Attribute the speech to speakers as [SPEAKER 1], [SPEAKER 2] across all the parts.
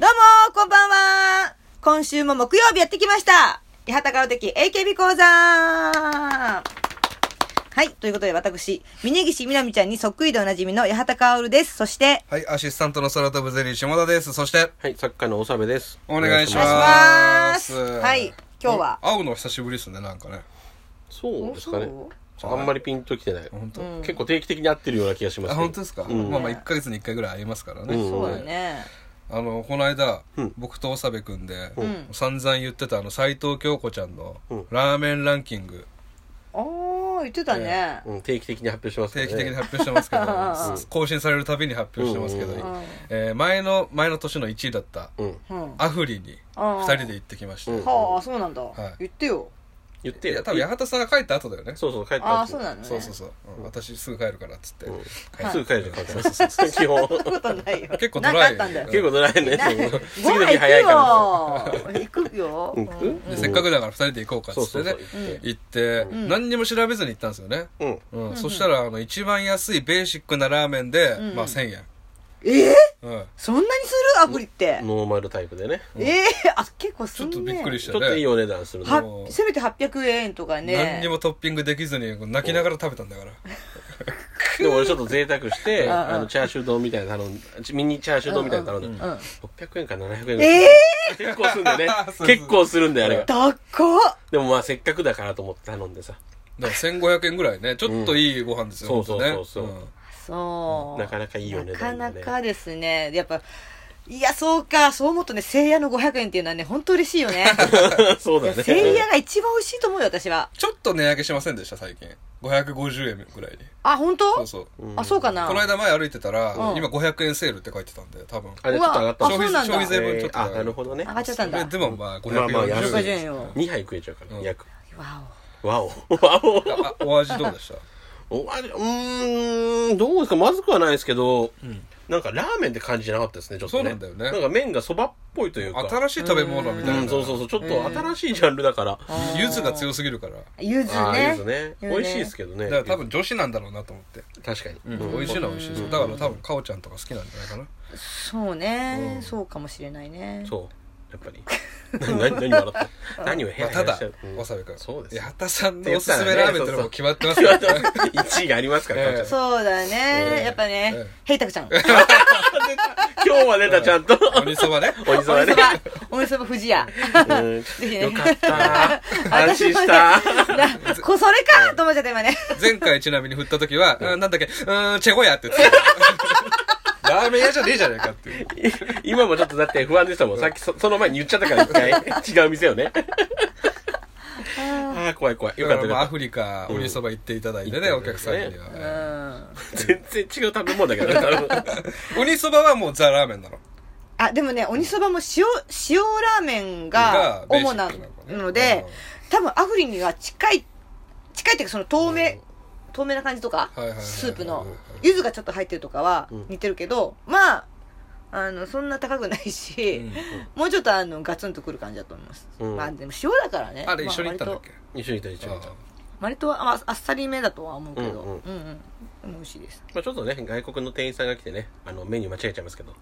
[SPEAKER 1] どうもこんばんは今週も木曜日やってきました八幡川的 AKB 講座はい。ということで、私、峯岸みなみちゃんにそっくりでおなじみの八幡薫です。そして、
[SPEAKER 2] はい、アシスタントの空飛ぶゼリー下田です。そして、
[SPEAKER 3] はい、作家の長部です。
[SPEAKER 2] お願いし
[SPEAKER 1] お願いし
[SPEAKER 2] ま。
[SPEAKER 1] ますす。はい。今日は、
[SPEAKER 2] 会うの久しぶりですね、なんかね。
[SPEAKER 3] そうですかね
[SPEAKER 1] お。
[SPEAKER 3] あんまりピンときてない。
[SPEAKER 2] 本当、
[SPEAKER 3] 結構定期的に会ってるような気がします
[SPEAKER 2] あ、
[SPEAKER 3] けど。
[SPEAKER 2] 本当ですか、
[SPEAKER 3] うん
[SPEAKER 2] まあまあ、1ヶ月に1回ぐらい会いますからね。
[SPEAKER 3] うん
[SPEAKER 1] そうだね。
[SPEAKER 2] あの、この間、
[SPEAKER 3] うん
[SPEAKER 2] 僕と長部くんで、
[SPEAKER 1] ん
[SPEAKER 2] 散々言ってたあの、斎藤京子ちゃんの
[SPEAKER 3] うん、
[SPEAKER 2] ラーメンランキング、
[SPEAKER 1] あー、言ってたね。
[SPEAKER 3] うん、定期的に発表してますから
[SPEAKER 2] 定期
[SPEAKER 3] ね。
[SPEAKER 2] 的に発表してますけど、
[SPEAKER 1] うん
[SPEAKER 2] す 更新されるたびに発表してますけど、
[SPEAKER 3] うん
[SPEAKER 1] うん
[SPEAKER 2] えー前の、前の年の1位だった、
[SPEAKER 3] うん。
[SPEAKER 1] うん。
[SPEAKER 2] アフリに、2人で行ってきました。
[SPEAKER 3] うん
[SPEAKER 1] はあ、そうなんだ。
[SPEAKER 2] はい
[SPEAKER 1] 言ってよ。
[SPEAKER 3] 言って
[SPEAKER 2] い
[SPEAKER 3] よ
[SPEAKER 2] や、多分八幡さんが帰った後だよね。
[SPEAKER 3] そうそう、帰った
[SPEAKER 1] あ
[SPEAKER 3] 後
[SPEAKER 1] あ、そうなのね。
[SPEAKER 2] そうそうそう、うん私すぐ帰るからっつって、
[SPEAKER 3] うん
[SPEAKER 2] 帰って
[SPEAKER 3] すぐ帰るから
[SPEAKER 2] そうそう そう
[SPEAKER 3] 基本。
[SPEAKER 1] そんなことないよ。
[SPEAKER 2] 結構ドライ
[SPEAKER 1] なんかあったんだよ。
[SPEAKER 3] 結構ドライね。
[SPEAKER 1] ない
[SPEAKER 3] 次の日早いか
[SPEAKER 1] ご飯行くよ。行
[SPEAKER 3] ら。
[SPEAKER 1] くよ。
[SPEAKER 2] でせっかくだから2人で行こうかっ
[SPEAKER 3] そう
[SPEAKER 2] つ
[SPEAKER 3] そ
[SPEAKER 2] っ
[SPEAKER 3] う
[SPEAKER 2] て
[SPEAKER 3] そ
[SPEAKER 2] ね
[SPEAKER 3] う。
[SPEAKER 2] 行って、
[SPEAKER 1] ん
[SPEAKER 2] 何にも調べずに行ったんですよね、
[SPEAKER 3] うん。
[SPEAKER 2] うんそしたらあの一番安いベーシックなラーメンで、
[SPEAKER 1] うん
[SPEAKER 2] まあ1000円、
[SPEAKER 1] えー
[SPEAKER 2] うん、
[SPEAKER 1] そんなにするアプリって。
[SPEAKER 3] ノーマルタイプでね。
[SPEAKER 1] ええあ、結構す
[SPEAKER 2] ち
[SPEAKER 1] ん
[SPEAKER 2] ょっ
[SPEAKER 1] ね。
[SPEAKER 2] とびっくりし
[SPEAKER 3] ち
[SPEAKER 2] た
[SPEAKER 3] ょ
[SPEAKER 2] ね
[SPEAKER 3] っといいお値段するの。
[SPEAKER 1] はせめて800円とかね。
[SPEAKER 2] 何にもトッピングできずに泣きながら食べたんだから
[SPEAKER 3] でも俺ちょっと贅沢して、
[SPEAKER 1] うん
[SPEAKER 3] あの、チャーシュー丼みたいなの頼んミニチャーシュー丼みたいなの頼んで、
[SPEAKER 1] うん。
[SPEAKER 3] 600円か700円ぐらい
[SPEAKER 1] ええ
[SPEAKER 3] 結構するんだよね
[SPEAKER 2] そうそう。
[SPEAKER 3] 結構するんだよ、あれが。
[SPEAKER 1] 高っ
[SPEAKER 3] でもまあせっかくだからと思って頼んでさ。
[SPEAKER 2] だから1500円ぐらいねちょっといいご飯ですよ、
[SPEAKER 3] うん
[SPEAKER 2] ほんとね
[SPEAKER 3] そうそうそうそうん
[SPEAKER 1] そう。
[SPEAKER 3] なかなかいいお値
[SPEAKER 1] なか
[SPEAKER 3] 段だ
[SPEAKER 1] な
[SPEAKER 3] ね
[SPEAKER 1] かですね。やっぱ、いや、そうか。そう思うとね、聖夜の500円っていうのはね、本当嬉しいよね。
[SPEAKER 3] そう
[SPEAKER 1] いや
[SPEAKER 3] だね。
[SPEAKER 1] 聖夜が一番美味しいと思うよ、私は。
[SPEAKER 2] ちょっと値上げしませんでした最近550円ぐらいに
[SPEAKER 1] あ、本
[SPEAKER 2] そ
[SPEAKER 1] 当
[SPEAKER 2] うそう
[SPEAKER 1] あ、そうかな。
[SPEAKER 2] この間前歩いてたら、
[SPEAKER 1] うん
[SPEAKER 2] 今500円セールって書いてたんで多分
[SPEAKER 3] あれちょっと上がった
[SPEAKER 1] あ
[SPEAKER 3] の
[SPEAKER 2] 消
[SPEAKER 1] そうな
[SPEAKER 2] 費
[SPEAKER 1] んだ
[SPEAKER 2] 消費税分ちょっと
[SPEAKER 3] あ、なるほどね。
[SPEAKER 1] 上がっちゃったんだ。
[SPEAKER 2] えでもまあ
[SPEAKER 3] まあまあ
[SPEAKER 2] 540
[SPEAKER 3] 安い
[SPEAKER 1] 550
[SPEAKER 2] 円
[SPEAKER 1] 円よ。
[SPEAKER 3] 2杯食えちゃうから、
[SPEAKER 2] うん
[SPEAKER 3] 約。
[SPEAKER 1] わ
[SPEAKER 3] わお。 わお。
[SPEAKER 2] あお味どうでした
[SPEAKER 3] お味、うーん、どうですかまずくはないですけど、なんかラーメンって感じじゃなかったですね、ちょっと
[SPEAKER 2] そう
[SPEAKER 3] ね。
[SPEAKER 2] なんだよね
[SPEAKER 3] なんか麺がそばっぽいというか。
[SPEAKER 2] 新しい食べ物みたいな、
[SPEAKER 3] うん、そうそうそう。ちょっと新しいジャンルだから。
[SPEAKER 1] お。
[SPEAKER 2] 柚子が強すぎるから
[SPEAKER 1] い。ゆず
[SPEAKER 3] ああ、いいで
[SPEAKER 1] ね
[SPEAKER 3] す。ね。
[SPEAKER 1] いいね
[SPEAKER 3] 美味しいですけどね。
[SPEAKER 2] だから多分女子なんだろうなと思って、
[SPEAKER 3] 確かに。
[SPEAKER 2] うん美味しいのは美味しいです、だから多分かおちゃんとか好きなんじゃないかな
[SPEAKER 1] そうね。そうかもしれないね。
[SPEAKER 3] そう。やっぱり。何、何、何笑った何を
[SPEAKER 2] ま
[SPEAKER 3] 変
[SPEAKER 2] あ、ただ
[SPEAKER 3] うん
[SPEAKER 2] わさび君
[SPEAKER 3] そうです。
[SPEAKER 2] 八幡さんのおすすめラーメンってのはもう決まってますからね
[SPEAKER 3] 1位がありますから、
[SPEAKER 2] ええ
[SPEAKER 3] かおちゃん
[SPEAKER 1] そうだね。やっぱね
[SPEAKER 2] ええ、
[SPEAKER 1] ヘイタクちゃん。
[SPEAKER 3] 今日は出た、ちゃんと。
[SPEAKER 2] 鬼そばね
[SPEAKER 3] おじさまね。
[SPEAKER 1] お店も富士屋。
[SPEAKER 3] うんよ かった。安心し
[SPEAKER 1] 私
[SPEAKER 3] た。
[SPEAKER 1] もねなこ、それかと思っちゃった今ね。
[SPEAKER 2] 前回ちなみに振った時は、うん、なんだっけうーんチェゴヤって言ってた ラーメン屋じゃねえじゃねえかって いう
[SPEAKER 3] 今もちょっとだって不安でしたもん。さっきそその前に言っちゃったから 一回違う店をね。ああ、怖い怖い。よかったよ
[SPEAKER 2] まあ
[SPEAKER 3] か
[SPEAKER 2] ア
[SPEAKER 3] った。
[SPEAKER 2] フリカ鬼そば行っていただいてね、
[SPEAKER 3] うん
[SPEAKER 2] お客さんには、
[SPEAKER 1] う
[SPEAKER 2] え
[SPEAKER 1] ん。
[SPEAKER 3] 全然違う食べ物だけ どね多分。
[SPEAKER 2] え鬼そばはもうザラーメンなの
[SPEAKER 1] あ、でもね、鬼そばも塩、塩ラーメンが
[SPEAKER 2] がベーシ
[SPEAKER 1] 主
[SPEAKER 2] ックな
[SPEAKER 1] な
[SPEAKER 2] のね
[SPEAKER 1] ので、多分アフリには近い、近いっていうかその透明、透明な感じとか
[SPEAKER 2] はいはいはいは、い
[SPEAKER 1] スープの、柚子がちょっと入ってるとかは
[SPEAKER 3] うん
[SPEAKER 1] 似てるけど、まあ、あの、そんな高くないし、
[SPEAKER 2] うん
[SPEAKER 1] もうちょっとあの、ガツンとくる感じだと思います。
[SPEAKER 3] うん
[SPEAKER 1] まあでも塩だからね。
[SPEAKER 2] あれ一緒に行ったん
[SPEAKER 1] ま
[SPEAKER 2] だ
[SPEAKER 1] あ
[SPEAKER 2] っけ、
[SPEAKER 3] 一緒にいた一緒にいた。
[SPEAKER 2] あ
[SPEAKER 3] ま
[SPEAKER 1] 割と割とああっさりめだとは思うけど、
[SPEAKER 3] うんうん
[SPEAKER 1] うんうんでも美味しいです
[SPEAKER 3] あちょっとね、外国の店員さんが来てね、あの、メニュー間違えちゃいますけど。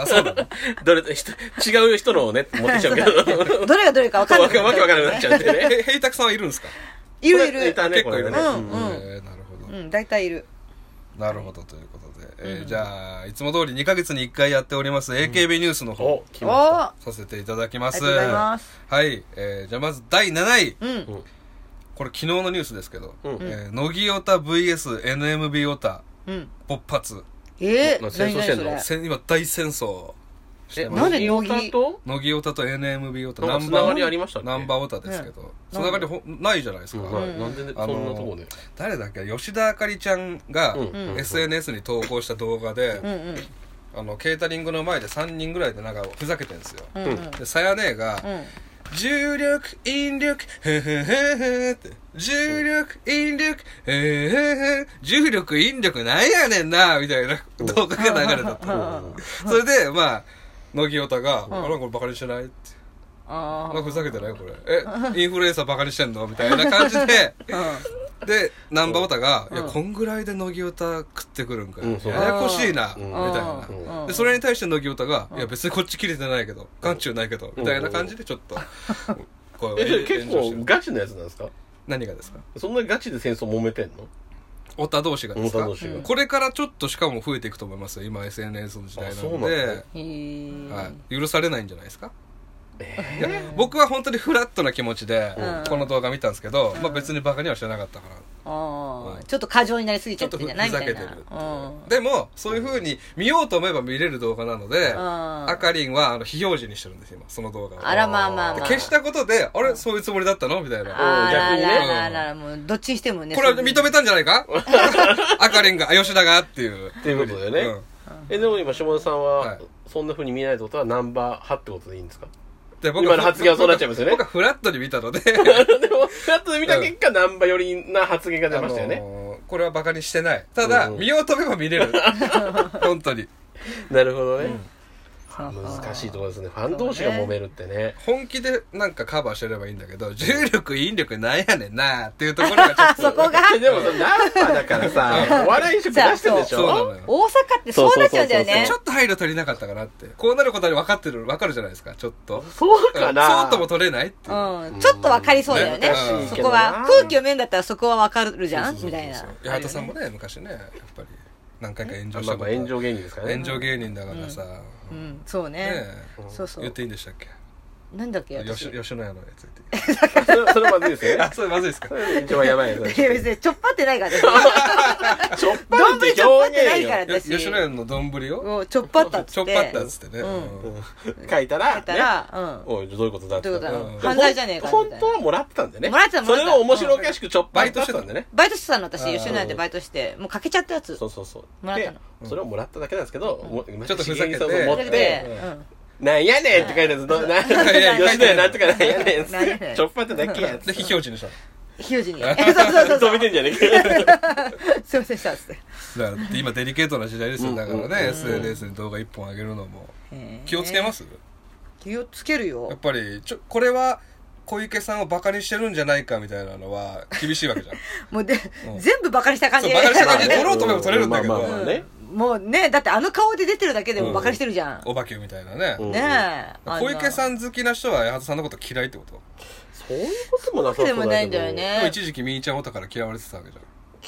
[SPEAKER 2] あそうなの
[SPEAKER 3] どれ、人違う人のをね、持ってきちゃ うけど。
[SPEAKER 1] どれがどれか分かんな
[SPEAKER 3] わ
[SPEAKER 1] い
[SPEAKER 3] けわけわからなくなっちゃうんでね。
[SPEAKER 2] え平卓さんはいるんですか
[SPEAKER 1] いるい
[SPEAKER 3] これ
[SPEAKER 1] る
[SPEAKER 3] いたね、これね。
[SPEAKER 2] 結
[SPEAKER 1] 構いるねうん
[SPEAKER 2] えーなるほど、
[SPEAKER 1] うん大体いる
[SPEAKER 2] なるほどということで、えーじゃあいつも通り2ヶ月に1回やっております AKB ニュースの
[SPEAKER 3] お
[SPEAKER 2] 方、、
[SPEAKER 3] 来
[SPEAKER 1] お
[SPEAKER 3] ました。
[SPEAKER 1] ー
[SPEAKER 2] させていただきます
[SPEAKER 1] ありがとうございます
[SPEAKER 2] はい、えーじゃあまず第7位
[SPEAKER 1] うん
[SPEAKER 2] これ昨日のニュースですけど、
[SPEAKER 3] うん
[SPEAKER 2] えー乃木オタ VSNMB オタ
[SPEAKER 1] うん
[SPEAKER 2] 勃発
[SPEAKER 1] え
[SPEAKER 3] な
[SPEAKER 1] ー、何
[SPEAKER 3] 戦争
[SPEAKER 1] 々
[SPEAKER 3] してんの
[SPEAKER 1] そ
[SPEAKER 2] せん今大戦争してます
[SPEAKER 1] なんで乃木
[SPEAKER 3] 乃木と
[SPEAKER 2] 乃木オタと NMB オタ
[SPEAKER 3] なんかつながりありましたっけ
[SPEAKER 2] ナンバーオタですけど、つながりほないじゃないですか、
[SPEAKER 3] はいなんでねそ
[SPEAKER 2] あの
[SPEAKER 3] んなとこで。
[SPEAKER 2] 誰だっけ吉田あかりちゃんが
[SPEAKER 3] うんうん
[SPEAKER 2] SNS に投稿した動画で、
[SPEAKER 1] れうんうん
[SPEAKER 2] あのケータリングの前で3人ぐらいでなんかふざけてんですよ、
[SPEAKER 1] うんうん
[SPEAKER 2] でさや姉が、
[SPEAKER 1] うん
[SPEAKER 2] 重力引力ふふふふって重力引力ふふふ重力引力なんやねんなみたいな動画が流れた
[SPEAKER 1] う
[SPEAKER 2] と
[SPEAKER 1] んうん
[SPEAKER 2] それでまあ乃木オタが「あなんかこれバカにしてない?」って
[SPEAKER 1] あ
[SPEAKER 2] なんかふざけてないこれえインフルエンサーバカにしてんの?」みたいな感じで
[SPEAKER 1] ー
[SPEAKER 2] で南波太が「
[SPEAKER 1] う
[SPEAKER 2] い
[SPEAKER 1] ん
[SPEAKER 2] やこんぐらいで乃木歌食ってくるんか
[SPEAKER 3] う
[SPEAKER 2] よ
[SPEAKER 3] んそう
[SPEAKER 2] ややこしいな」
[SPEAKER 3] う
[SPEAKER 2] み
[SPEAKER 3] ん
[SPEAKER 2] たい
[SPEAKER 3] うん
[SPEAKER 2] な
[SPEAKER 1] うん
[SPEAKER 2] でそれに対して乃木歌が
[SPEAKER 1] う
[SPEAKER 2] 「
[SPEAKER 1] ん
[SPEAKER 2] いや別にこっち切れてないけど眼中ないけど」みたいな感じでちょ っとこう
[SPEAKER 3] えそれ結
[SPEAKER 2] 炎上して
[SPEAKER 3] 構
[SPEAKER 2] る
[SPEAKER 3] ガチなやつなんですか
[SPEAKER 2] 何がですか
[SPEAKER 3] そんなガチで戦争揉めてんの
[SPEAKER 2] オタ同士がです
[SPEAKER 3] 太田
[SPEAKER 2] か
[SPEAKER 3] 同士が
[SPEAKER 1] うん
[SPEAKER 2] これからちょっとしかも増えていくと思いますよ今 SNS の時代な
[SPEAKER 3] あそう
[SPEAKER 2] の
[SPEAKER 3] なんだ
[SPEAKER 2] で、
[SPEAKER 1] へー
[SPEAKER 2] はい、許されないんじゃないですかい
[SPEAKER 3] え
[SPEAKER 2] や僕は本当にフラットな気持ちで
[SPEAKER 1] うん
[SPEAKER 2] この動画見たんですけど、
[SPEAKER 1] うん
[SPEAKER 2] まあ、別にバカにはしてなかったから
[SPEAKER 1] あ
[SPEAKER 2] は
[SPEAKER 1] あ
[SPEAKER 2] い
[SPEAKER 1] ちょっと過剰になりすぎち
[SPEAKER 2] ち
[SPEAKER 1] ゃっ
[SPEAKER 2] ょってと
[SPEAKER 1] ん
[SPEAKER 2] ふ
[SPEAKER 1] じゃな
[SPEAKER 2] ざ
[SPEAKER 1] いみた
[SPEAKER 2] け
[SPEAKER 1] い
[SPEAKER 2] て
[SPEAKER 1] な
[SPEAKER 2] る
[SPEAKER 1] うん
[SPEAKER 2] でもそういうふうに見ようと思えば見れる動画なので
[SPEAKER 1] うん
[SPEAKER 2] あかりんはあの非表示にしてるんです今その動画を
[SPEAKER 1] あらまあまあ
[SPEAKER 2] で
[SPEAKER 1] まあ
[SPEAKER 2] 消したことであれそういうつもりだったのみたいな
[SPEAKER 1] あら
[SPEAKER 3] うん逆にね
[SPEAKER 1] ららららもうどっちにしてもね
[SPEAKER 2] これは認めたんじゃない かあかりんがあ吉田がっていう
[SPEAKER 3] っていうことだよね
[SPEAKER 2] うん
[SPEAKER 3] えでも今下田さん
[SPEAKER 2] は
[SPEAKER 3] はいそんなふうに見ないってことはナンバー派ってことでいいんですか
[SPEAKER 2] で僕
[SPEAKER 3] 今の発言はそうなっちゃいますよね
[SPEAKER 2] 僕はフラットに見たので
[SPEAKER 3] でもあとで見た結果ナンバー寄りな発言が出ましたよ
[SPEAKER 2] あ
[SPEAKER 3] ね
[SPEAKER 2] のーこれはバカにしてないただ、
[SPEAKER 3] うん
[SPEAKER 2] 見ようと思えば見 れる本当に
[SPEAKER 3] なるほどね
[SPEAKER 1] うん
[SPEAKER 3] 難しいところですねファン同士が揉めるってね
[SPEAKER 2] 本気でなんかカバーしてればいいんだけど重力引力なんやねんなっていうところがちょっと
[SPEAKER 1] そこが
[SPEAKER 3] えでもさナンバーだからさお笑い色出してるでし
[SPEAKER 2] そうなの
[SPEAKER 3] ょ
[SPEAKER 2] よ
[SPEAKER 1] 大阪ってそうなっちゃうんだよね
[SPEAKER 2] ちょっと配慮足りなかったかなってこうなることに分かってる分かるじゃないですかちょっと
[SPEAKER 3] そうかな
[SPEAKER 2] そうとも取れないっていう、
[SPEAKER 1] うん、ちょっとわかりそうだよね
[SPEAKER 2] 難しいけど。な
[SPEAKER 1] そこは、空気読めんだったらそこはわかるじゃんみたいな。
[SPEAKER 2] 八幡さんもね昔ねやっぱり何回か炎
[SPEAKER 3] あ
[SPEAKER 2] 上し
[SPEAKER 3] まあ
[SPEAKER 2] た
[SPEAKER 3] ま
[SPEAKER 2] こ
[SPEAKER 3] あ
[SPEAKER 2] と
[SPEAKER 3] 炎上芸人ですからね
[SPEAKER 2] 炎上芸人だからさ、
[SPEAKER 1] うん、そう
[SPEAKER 2] ね
[SPEAKER 1] ね。
[SPEAKER 2] え
[SPEAKER 1] そうそ
[SPEAKER 2] 言っ
[SPEAKER 1] う。
[SPEAKER 2] ていいんでしたっけ
[SPEAKER 1] なんだっけ私
[SPEAKER 2] 吉。吉野家のやつ言って
[SPEAKER 3] それ それまずいですよ
[SPEAKER 2] いい
[SPEAKER 3] ね
[SPEAKER 2] あそれまずいですか
[SPEAKER 3] それ一番やばいやつ
[SPEAKER 1] いや別にちょっぱってない からね。
[SPEAKER 3] ちょっぱ
[SPEAKER 1] どんぶり
[SPEAKER 3] りって
[SPEAKER 1] ちょっぱって
[SPEAKER 3] 表
[SPEAKER 1] ない
[SPEAKER 3] 現
[SPEAKER 1] から
[SPEAKER 2] よ
[SPEAKER 3] よ
[SPEAKER 1] 私。
[SPEAKER 2] 吉野家の丼を
[SPEAKER 1] をちょっぱったっつって。
[SPEAKER 2] ちょっぱったっつってね、
[SPEAKER 1] うん
[SPEAKER 2] うん
[SPEAKER 3] 書いたら
[SPEAKER 1] だったら、
[SPEAKER 3] おいどういうことだって
[SPEAKER 1] どういうことだ
[SPEAKER 2] うん
[SPEAKER 1] 犯罪じゃねえかみたい
[SPEAKER 3] 本
[SPEAKER 1] な
[SPEAKER 3] 当はもらってたんだよね
[SPEAKER 1] もらってたも
[SPEAKER 3] そ
[SPEAKER 1] らって
[SPEAKER 3] れ
[SPEAKER 1] た
[SPEAKER 3] を面白おかしくちょっぱいとしてたんだよね
[SPEAKER 1] うん。バイトしてたの私、
[SPEAKER 2] あー
[SPEAKER 1] 吉野家でバイトして、もうかけちゃったやつ。
[SPEAKER 3] そうそうそう
[SPEAKER 1] もらった
[SPEAKER 3] で
[SPEAKER 1] の
[SPEAKER 3] それをもらっただけなんですけどもちょ
[SPEAKER 2] ちょっとふざけて
[SPEAKER 3] 持
[SPEAKER 1] そ
[SPEAKER 3] っ
[SPEAKER 1] れ
[SPEAKER 3] て
[SPEAKER 1] でうん
[SPEAKER 3] 「なんやねん」って書いてあるやつどなん吉
[SPEAKER 2] いやいや
[SPEAKER 3] 野家なんとかなんやねんっつ
[SPEAKER 1] なんや
[SPEAKER 3] っ
[SPEAKER 1] ねん
[SPEAKER 3] てちょっぱってだけやつ
[SPEAKER 2] で非表示にしたの
[SPEAKER 1] ひよじ に。そうそうそうそ
[SPEAKER 3] 飛
[SPEAKER 1] う
[SPEAKER 3] び。てんじゃねえか
[SPEAKER 1] すいませんでしたっつって。
[SPEAKER 2] だから今デリケートな時代です
[SPEAKER 3] う
[SPEAKER 2] よ
[SPEAKER 3] ん
[SPEAKER 2] だから
[SPEAKER 3] うん
[SPEAKER 2] ね SNS に動画1本上げるのも気をつけますす
[SPEAKER 1] 気をつける
[SPEAKER 2] やっ
[SPEAKER 1] よ。
[SPEAKER 2] ぱりちょこれは小池さんをバカにしてるんじゃないかみたいなのは 厳しいわけじゃん
[SPEAKER 1] もうで、全部バカにした感じ
[SPEAKER 2] そうバカにした感じ
[SPEAKER 3] で
[SPEAKER 2] 取ろうと思えば取れるんだけど
[SPEAKER 3] まあまあまあね
[SPEAKER 1] もうね、だってあの顔で出てるだけでもバカにしてるじゃん。
[SPEAKER 2] お化けみたいなね
[SPEAKER 3] うん
[SPEAKER 1] ねえ。
[SPEAKER 2] 小池
[SPEAKER 1] ん。
[SPEAKER 2] さん好きな人は八幡さんのこと嫌いってこと
[SPEAKER 3] そういうこともなさそう
[SPEAKER 1] でもな
[SPEAKER 3] だ
[SPEAKER 1] いんだ
[SPEAKER 3] け
[SPEAKER 1] よ
[SPEAKER 3] ど
[SPEAKER 2] でも
[SPEAKER 1] ね。
[SPEAKER 2] 一時期みーちゃんオタから嫌われてたわけじゃ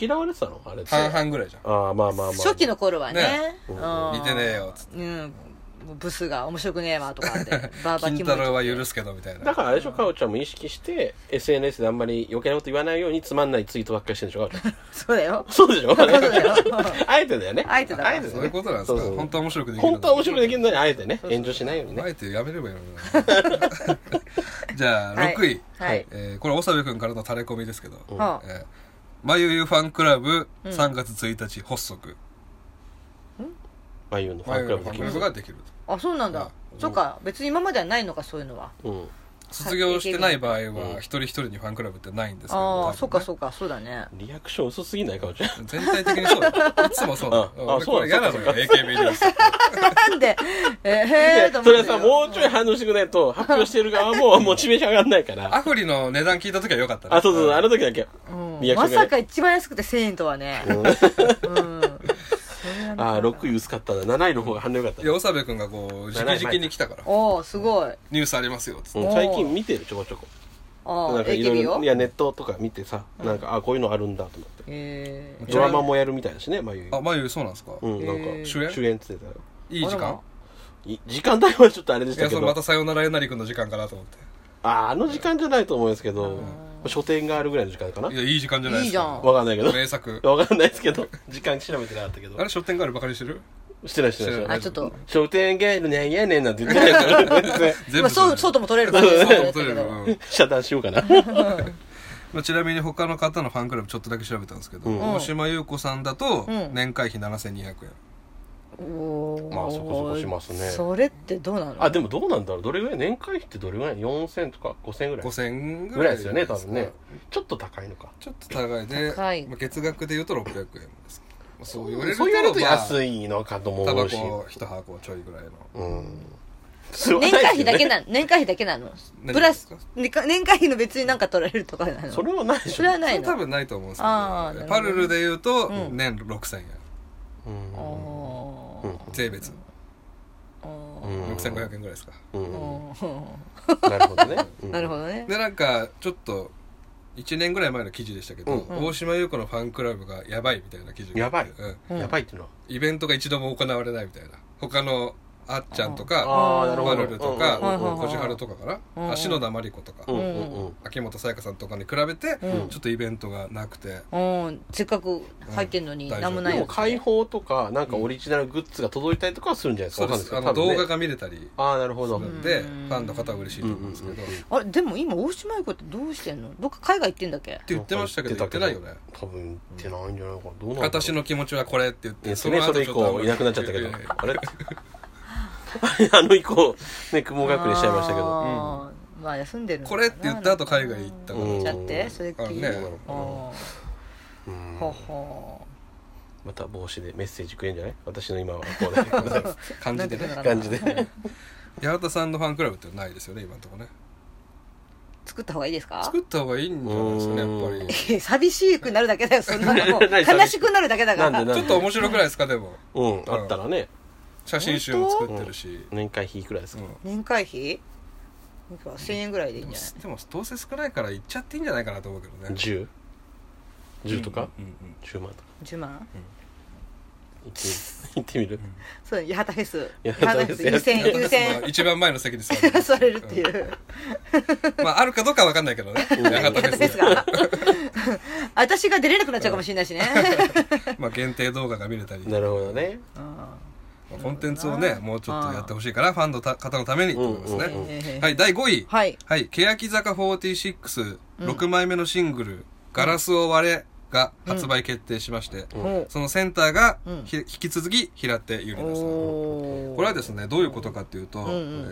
[SPEAKER 3] 嫌われてたのあれって
[SPEAKER 2] ん半々ぐらいじゃ
[SPEAKER 3] ああまあまあまあ
[SPEAKER 1] 初期の頃はね
[SPEAKER 2] ね。
[SPEAKER 1] うん
[SPEAKER 2] ん似てねえ。よつって
[SPEAKER 1] うん。もうブスが面白くねえわとかって。バーバ
[SPEAKER 2] 金
[SPEAKER 1] キモ
[SPEAKER 2] 太
[SPEAKER 1] いと
[SPEAKER 2] 郎
[SPEAKER 1] か
[SPEAKER 2] は
[SPEAKER 1] って
[SPEAKER 2] 許すけどみたい
[SPEAKER 3] だ
[SPEAKER 2] な
[SPEAKER 3] からあれでしょかおちゃんも意識して SNS であんまり余計なこと言わないようにつまんないツイートばっかりしてるんでしょかおちゃん
[SPEAKER 1] そうだよ。
[SPEAKER 3] そうでしょ
[SPEAKER 1] そうだよ。
[SPEAKER 3] あえてだよね。
[SPEAKER 1] あえてだから
[SPEAKER 3] ね
[SPEAKER 2] そういうことなんですか
[SPEAKER 3] そうそう
[SPEAKER 2] 本当は面白くできる
[SPEAKER 3] 本当は面白くでき
[SPEAKER 2] る
[SPEAKER 3] るのに、あえてね、炎上しないように
[SPEAKER 2] あ
[SPEAKER 3] ね。
[SPEAKER 2] えてやめればいいのにな じゃあ
[SPEAKER 1] はい
[SPEAKER 2] 6位
[SPEAKER 1] はい。
[SPEAKER 2] えーこれ長部君からのタレコミですけど
[SPEAKER 3] うん
[SPEAKER 1] は
[SPEAKER 2] えーまゆゆファンクラブ3月1日発足。
[SPEAKER 3] まゆのフ
[SPEAKER 2] ま
[SPEAKER 3] ァ
[SPEAKER 2] ゆ
[SPEAKER 3] ン
[SPEAKER 2] ゆ
[SPEAKER 3] ク
[SPEAKER 2] のファンク
[SPEAKER 3] ラブできま
[SPEAKER 2] ラ
[SPEAKER 3] す
[SPEAKER 2] ブができると。
[SPEAKER 1] あ、そうなんだ。そっか。別に今まではないのか、そういうのは。
[SPEAKER 3] うん。
[SPEAKER 2] 卒業してない場合
[SPEAKER 3] うん
[SPEAKER 2] は、一人一人にファンクラブってないんですけど。
[SPEAKER 1] ああ、そっかそ
[SPEAKER 2] っ
[SPEAKER 1] っか、そうだね。
[SPEAKER 3] リアクション薄すぎないか おちゃん。
[SPEAKER 2] か。全体的にそうだよ。いつもそうだよ。
[SPEAKER 3] うんあ
[SPEAKER 2] 俺
[SPEAKER 3] そう
[SPEAKER 2] こ
[SPEAKER 3] だ
[SPEAKER 2] れ嫌なの
[SPEAKER 3] そ
[SPEAKER 2] よ、
[SPEAKER 3] うだ
[SPEAKER 2] AKB ニュース。
[SPEAKER 1] なん で、えへえと
[SPEAKER 3] それ
[SPEAKER 1] 思っ
[SPEAKER 3] は
[SPEAKER 1] て
[SPEAKER 3] さ、。もうちょい反応してくれないと、発表してる側もモチベーション上がんないから。
[SPEAKER 2] アフリの値段聞いた時は良かったね
[SPEAKER 3] あ、そうそうそう、あの時 だけ。
[SPEAKER 1] うん
[SPEAKER 3] リアク
[SPEAKER 1] ま
[SPEAKER 3] ションが
[SPEAKER 1] さか一番安くて1000円とはね。うん。それはね
[SPEAKER 3] あー、6位薄かったな。7位の方が反応良かった
[SPEAKER 2] い。や、長部君がこう、直々に来たから。
[SPEAKER 1] おおすごい。
[SPEAKER 2] ニュースありますよ、つって。
[SPEAKER 3] うん最近見てる、ちょこちょこ。
[SPEAKER 1] あ
[SPEAKER 3] な
[SPEAKER 1] あ
[SPEAKER 3] ん、かいろ
[SPEAKER 1] AKB
[SPEAKER 3] いろ、
[SPEAKER 1] よ
[SPEAKER 3] い。や、ネットとか見てさ、なんか、あ、こういうのあるんだと思って。
[SPEAKER 1] ええ。
[SPEAKER 2] ん
[SPEAKER 3] ドラマもやるみたいだしね、まゆゆ。
[SPEAKER 2] あ、まゆゆそうなんですか
[SPEAKER 3] うん、なん
[SPEAKER 1] へー
[SPEAKER 3] か、
[SPEAKER 2] 主演
[SPEAKER 3] 主演っつってたよ。
[SPEAKER 2] いい時
[SPEAKER 1] あら
[SPEAKER 2] 間
[SPEAKER 3] い時間帯はちょっとあれでし
[SPEAKER 2] い
[SPEAKER 3] た
[SPEAKER 2] や、
[SPEAKER 3] け
[SPEAKER 2] そ
[SPEAKER 3] ど。
[SPEAKER 2] れまたさよならえなり君の時間かなと思って。
[SPEAKER 3] ああの時間じゃないと思うんですけど、書店があるぐらいの時間かない
[SPEAKER 2] や、いい時間じゃないですか。
[SPEAKER 1] いいじゃん
[SPEAKER 3] わかんないけど。
[SPEAKER 2] 名作。
[SPEAKER 3] わかんないですけど、時間調べてなかったけど
[SPEAKER 2] あ。れ、書店があるバカにしてる
[SPEAKER 3] してないしてないしてな
[SPEAKER 1] あ、
[SPEAKER 3] い。
[SPEAKER 1] ちょっと。
[SPEAKER 3] 商店街のねんやねんなんて言ってな いから、全然
[SPEAKER 1] ま
[SPEAKER 2] 全
[SPEAKER 1] あ、
[SPEAKER 2] 部
[SPEAKER 1] そう、
[SPEAKER 2] そ
[SPEAKER 1] そううとも取れる感じで
[SPEAKER 2] だよ
[SPEAKER 1] そうだけど。
[SPEAKER 2] うん
[SPEAKER 3] 遮断しようかな。
[SPEAKER 2] まあ、ちなみに他の方のファンクラブちょっとだけ調べたんですけど、
[SPEAKER 3] うん
[SPEAKER 2] 大島優子さんだと
[SPEAKER 1] うん
[SPEAKER 2] 年会費7200円、
[SPEAKER 1] おー
[SPEAKER 3] まあそこそこしますね
[SPEAKER 1] それってどうなの
[SPEAKER 3] あ、でもどうなんだろうどれぐらい年会費ってどれぐらい ?4000 とか5000ぐらい
[SPEAKER 2] 5000円ぐ
[SPEAKER 3] ぐら
[SPEAKER 2] ら
[SPEAKER 3] い
[SPEAKER 2] い
[SPEAKER 3] ですよね、多分ね。ちょっと高いのか。
[SPEAKER 2] ちょっと高いで
[SPEAKER 1] 高い
[SPEAKER 2] まあ、月額で言うと600円ですまあそう言われると
[SPEAKER 3] そう言われると
[SPEAKER 2] まあ
[SPEAKER 3] 安いのかとも
[SPEAKER 2] タ
[SPEAKER 3] 思
[SPEAKER 2] バ
[SPEAKER 3] うし。
[SPEAKER 2] コ一箱ちょいぐらいの
[SPEAKER 3] うん。吸わない
[SPEAKER 1] 年
[SPEAKER 3] です
[SPEAKER 1] 会費
[SPEAKER 3] よね
[SPEAKER 1] だけなの、年会費だけなの。
[SPEAKER 2] 何
[SPEAKER 1] プラス
[SPEAKER 2] ですか、
[SPEAKER 1] 年会年会費の別になんか取られるとかなの。
[SPEAKER 3] それはないでし
[SPEAKER 1] そ
[SPEAKER 3] ょ
[SPEAKER 1] れは
[SPEAKER 2] そ
[SPEAKER 1] な
[SPEAKER 2] れ
[SPEAKER 1] い
[SPEAKER 2] 多
[SPEAKER 1] の。
[SPEAKER 2] 分ないと思うんです
[SPEAKER 1] あー
[SPEAKER 2] け
[SPEAKER 1] な
[SPEAKER 2] ど
[SPEAKER 1] るほど
[SPEAKER 2] パルルで言うと
[SPEAKER 1] うん
[SPEAKER 2] 年6000円
[SPEAKER 3] うん
[SPEAKER 1] おー
[SPEAKER 2] 税別
[SPEAKER 1] お
[SPEAKER 3] う
[SPEAKER 1] ー
[SPEAKER 3] ん
[SPEAKER 2] 6500円ぐらいですか
[SPEAKER 3] うん
[SPEAKER 1] おー
[SPEAKER 3] なるほどね
[SPEAKER 1] なるほどね。
[SPEAKER 2] でなんかちょっと1年ぐらい前の記事でしたけど、
[SPEAKER 3] うん
[SPEAKER 2] 大島優子のファンクラブがやばいみたいな記事が
[SPEAKER 3] やばい
[SPEAKER 2] うん、
[SPEAKER 1] うん
[SPEAKER 3] やばいっていうのは
[SPEAKER 2] イベントが一度も行われないみたいな他のあっちゃんとか
[SPEAKER 3] あ
[SPEAKER 1] あ
[SPEAKER 3] あ
[SPEAKER 1] ー
[SPEAKER 3] なるほ
[SPEAKER 2] バ
[SPEAKER 3] ど
[SPEAKER 2] ルルとか
[SPEAKER 1] うんうんうん
[SPEAKER 2] こじはるとかか
[SPEAKER 1] うんうん
[SPEAKER 2] なあ篠田麻里子とか
[SPEAKER 3] うんうんうん
[SPEAKER 2] 秋元才加さんとかに比べて
[SPEAKER 1] うん
[SPEAKER 2] ちょっとイベントがなくて
[SPEAKER 1] うん、せっかく入ってんのに、
[SPEAKER 2] うん
[SPEAKER 1] なんもな
[SPEAKER 3] で
[SPEAKER 1] い
[SPEAKER 2] 大丈
[SPEAKER 1] よ
[SPEAKER 3] も。開放とかなんかオリジナルグッズが届いたりとかはするんじゃないです
[SPEAKER 2] そ
[SPEAKER 3] か
[SPEAKER 2] うですあ
[SPEAKER 3] わか
[SPEAKER 2] の
[SPEAKER 3] んな
[SPEAKER 2] 動
[SPEAKER 3] いですけど多分ね
[SPEAKER 2] 画が見れたり
[SPEAKER 3] ああなるほどうん
[SPEAKER 1] ん
[SPEAKER 2] でファンの方は嬉しいと思うんですけど
[SPEAKER 3] う
[SPEAKER 2] っ
[SPEAKER 3] んうんうん
[SPEAKER 2] て
[SPEAKER 1] あ、でも今、大島優子ってどうしてんのどっか海外行ってんだっけ
[SPEAKER 2] 言ってましたけど言ってないよね
[SPEAKER 3] 多分言ってないんじゃないかなどうなんだろう
[SPEAKER 2] 私の気持ちはこれって言って
[SPEAKER 3] ですね、それ以降いなくなっちゃったけど
[SPEAKER 2] いやいやいや
[SPEAKER 3] あれ あの以降ね雲隠れしちゃいましたけど
[SPEAKER 1] あーまあ、休んでるのか
[SPEAKER 2] こ
[SPEAKER 1] な
[SPEAKER 2] れって言った後海外行ったか
[SPEAKER 3] うん
[SPEAKER 1] ちゃって、それっきり。
[SPEAKER 2] あの
[SPEAKER 1] あ
[SPEAKER 2] ね
[SPEAKER 1] ーほ
[SPEAKER 3] うん
[SPEAKER 1] うほ
[SPEAKER 3] また帽子でメッセージくれんじゃない私の今はこうでございます
[SPEAKER 1] う。
[SPEAKER 2] 感じでね
[SPEAKER 3] 感じで
[SPEAKER 2] 八幡さんのファンクラブってないですよね今のところね
[SPEAKER 1] 作った方がいいですか
[SPEAKER 2] 作った方がいいんじゃないですかねやっぱり
[SPEAKER 1] え 寂しくなるだけだよ、そんなのもう。
[SPEAKER 3] 何寂しい
[SPEAKER 1] 悲しくなるだけだから。
[SPEAKER 3] なんで
[SPEAKER 2] ちょっと面白くないですかでも
[SPEAKER 3] うんあったらね
[SPEAKER 2] 写真集も作ってるし、
[SPEAKER 3] 年会費いくらです
[SPEAKER 2] う
[SPEAKER 3] か
[SPEAKER 2] ん
[SPEAKER 1] 年会費いくら ?1000 円ぐらいでいい
[SPEAKER 2] で
[SPEAKER 1] ん
[SPEAKER 2] も
[SPEAKER 1] じゃない
[SPEAKER 2] でもどうせ少ないから行っちゃっていいんじゃないかなと思うけどね
[SPEAKER 3] 10?10 とか
[SPEAKER 2] うんうん
[SPEAKER 3] 10万とか
[SPEAKER 1] ?10 万
[SPEAKER 3] 行ってみる 行ってみる
[SPEAKER 1] そう、八幡フェス。
[SPEAKER 3] 八幡フェスやって
[SPEAKER 1] 八幡フェス
[SPEAKER 2] まあ一番前の席で 座
[SPEAKER 1] 9000、9000
[SPEAKER 2] る
[SPEAKER 1] されるっていう。
[SPEAKER 2] うんまああるかどうかわかんないけどね八
[SPEAKER 1] 八
[SPEAKER 2] 幡
[SPEAKER 1] 幡
[SPEAKER 2] フ
[SPEAKER 1] フ
[SPEAKER 2] ェ
[SPEAKER 1] ェ
[SPEAKER 2] ス
[SPEAKER 1] ス
[SPEAKER 2] が
[SPEAKER 1] が。 私が出れなくなっちゃうかもしれないしね。
[SPEAKER 2] まあ限定動画が見れたり
[SPEAKER 3] なるほどね
[SPEAKER 1] うん
[SPEAKER 2] まあコンテンツをねもうちょっとやってほしいからファンのた方のためにと思います
[SPEAKER 3] うんうん
[SPEAKER 2] ね
[SPEAKER 1] ええ
[SPEAKER 2] はい第5位
[SPEAKER 1] はい。
[SPEAKER 2] はい欅坂466枚目のシングル「ガラスを割れ」が発売決定しまして
[SPEAKER 1] うん
[SPEAKER 2] そのセンターが
[SPEAKER 1] うん
[SPEAKER 2] ひ引き続き平手友梨奈さん
[SPEAKER 1] おー
[SPEAKER 2] これはですねどういうことかっていうと、
[SPEAKER 1] んうん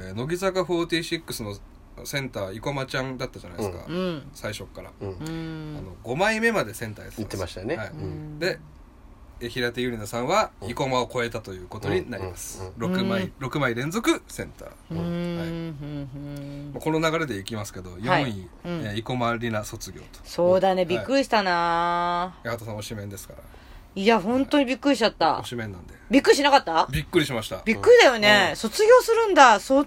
[SPEAKER 2] えー乃木坂46のセンター生駒ちゃんだったじゃないですか、
[SPEAKER 1] うん。
[SPEAKER 2] 最初から、
[SPEAKER 3] うん
[SPEAKER 1] う
[SPEAKER 2] あ
[SPEAKER 1] ん。
[SPEAKER 2] の5枚目までセンターやってたん
[SPEAKER 3] 言っ
[SPEAKER 2] で
[SPEAKER 3] て
[SPEAKER 2] す
[SPEAKER 3] ましたよね
[SPEAKER 2] はい
[SPEAKER 3] うん
[SPEAKER 2] でえ平手友梨奈さんは生駒を超えたということになります、
[SPEAKER 3] うん
[SPEAKER 1] うん
[SPEAKER 2] 6枚6枚連続センター、
[SPEAKER 1] うん。うん
[SPEAKER 2] まあこの流れでいきますけど4位、
[SPEAKER 1] はいうん
[SPEAKER 2] えー生駒里奈卒業
[SPEAKER 1] そうだね、びっくりしたな
[SPEAKER 2] と八幡さん推しメンですから
[SPEAKER 1] いや、本当にびっくりしちゃった
[SPEAKER 2] 推。しメンなんで
[SPEAKER 1] びっくりしなかった
[SPEAKER 2] びっくりしました
[SPEAKER 1] びっくりだよね。卒業するんだ。そ、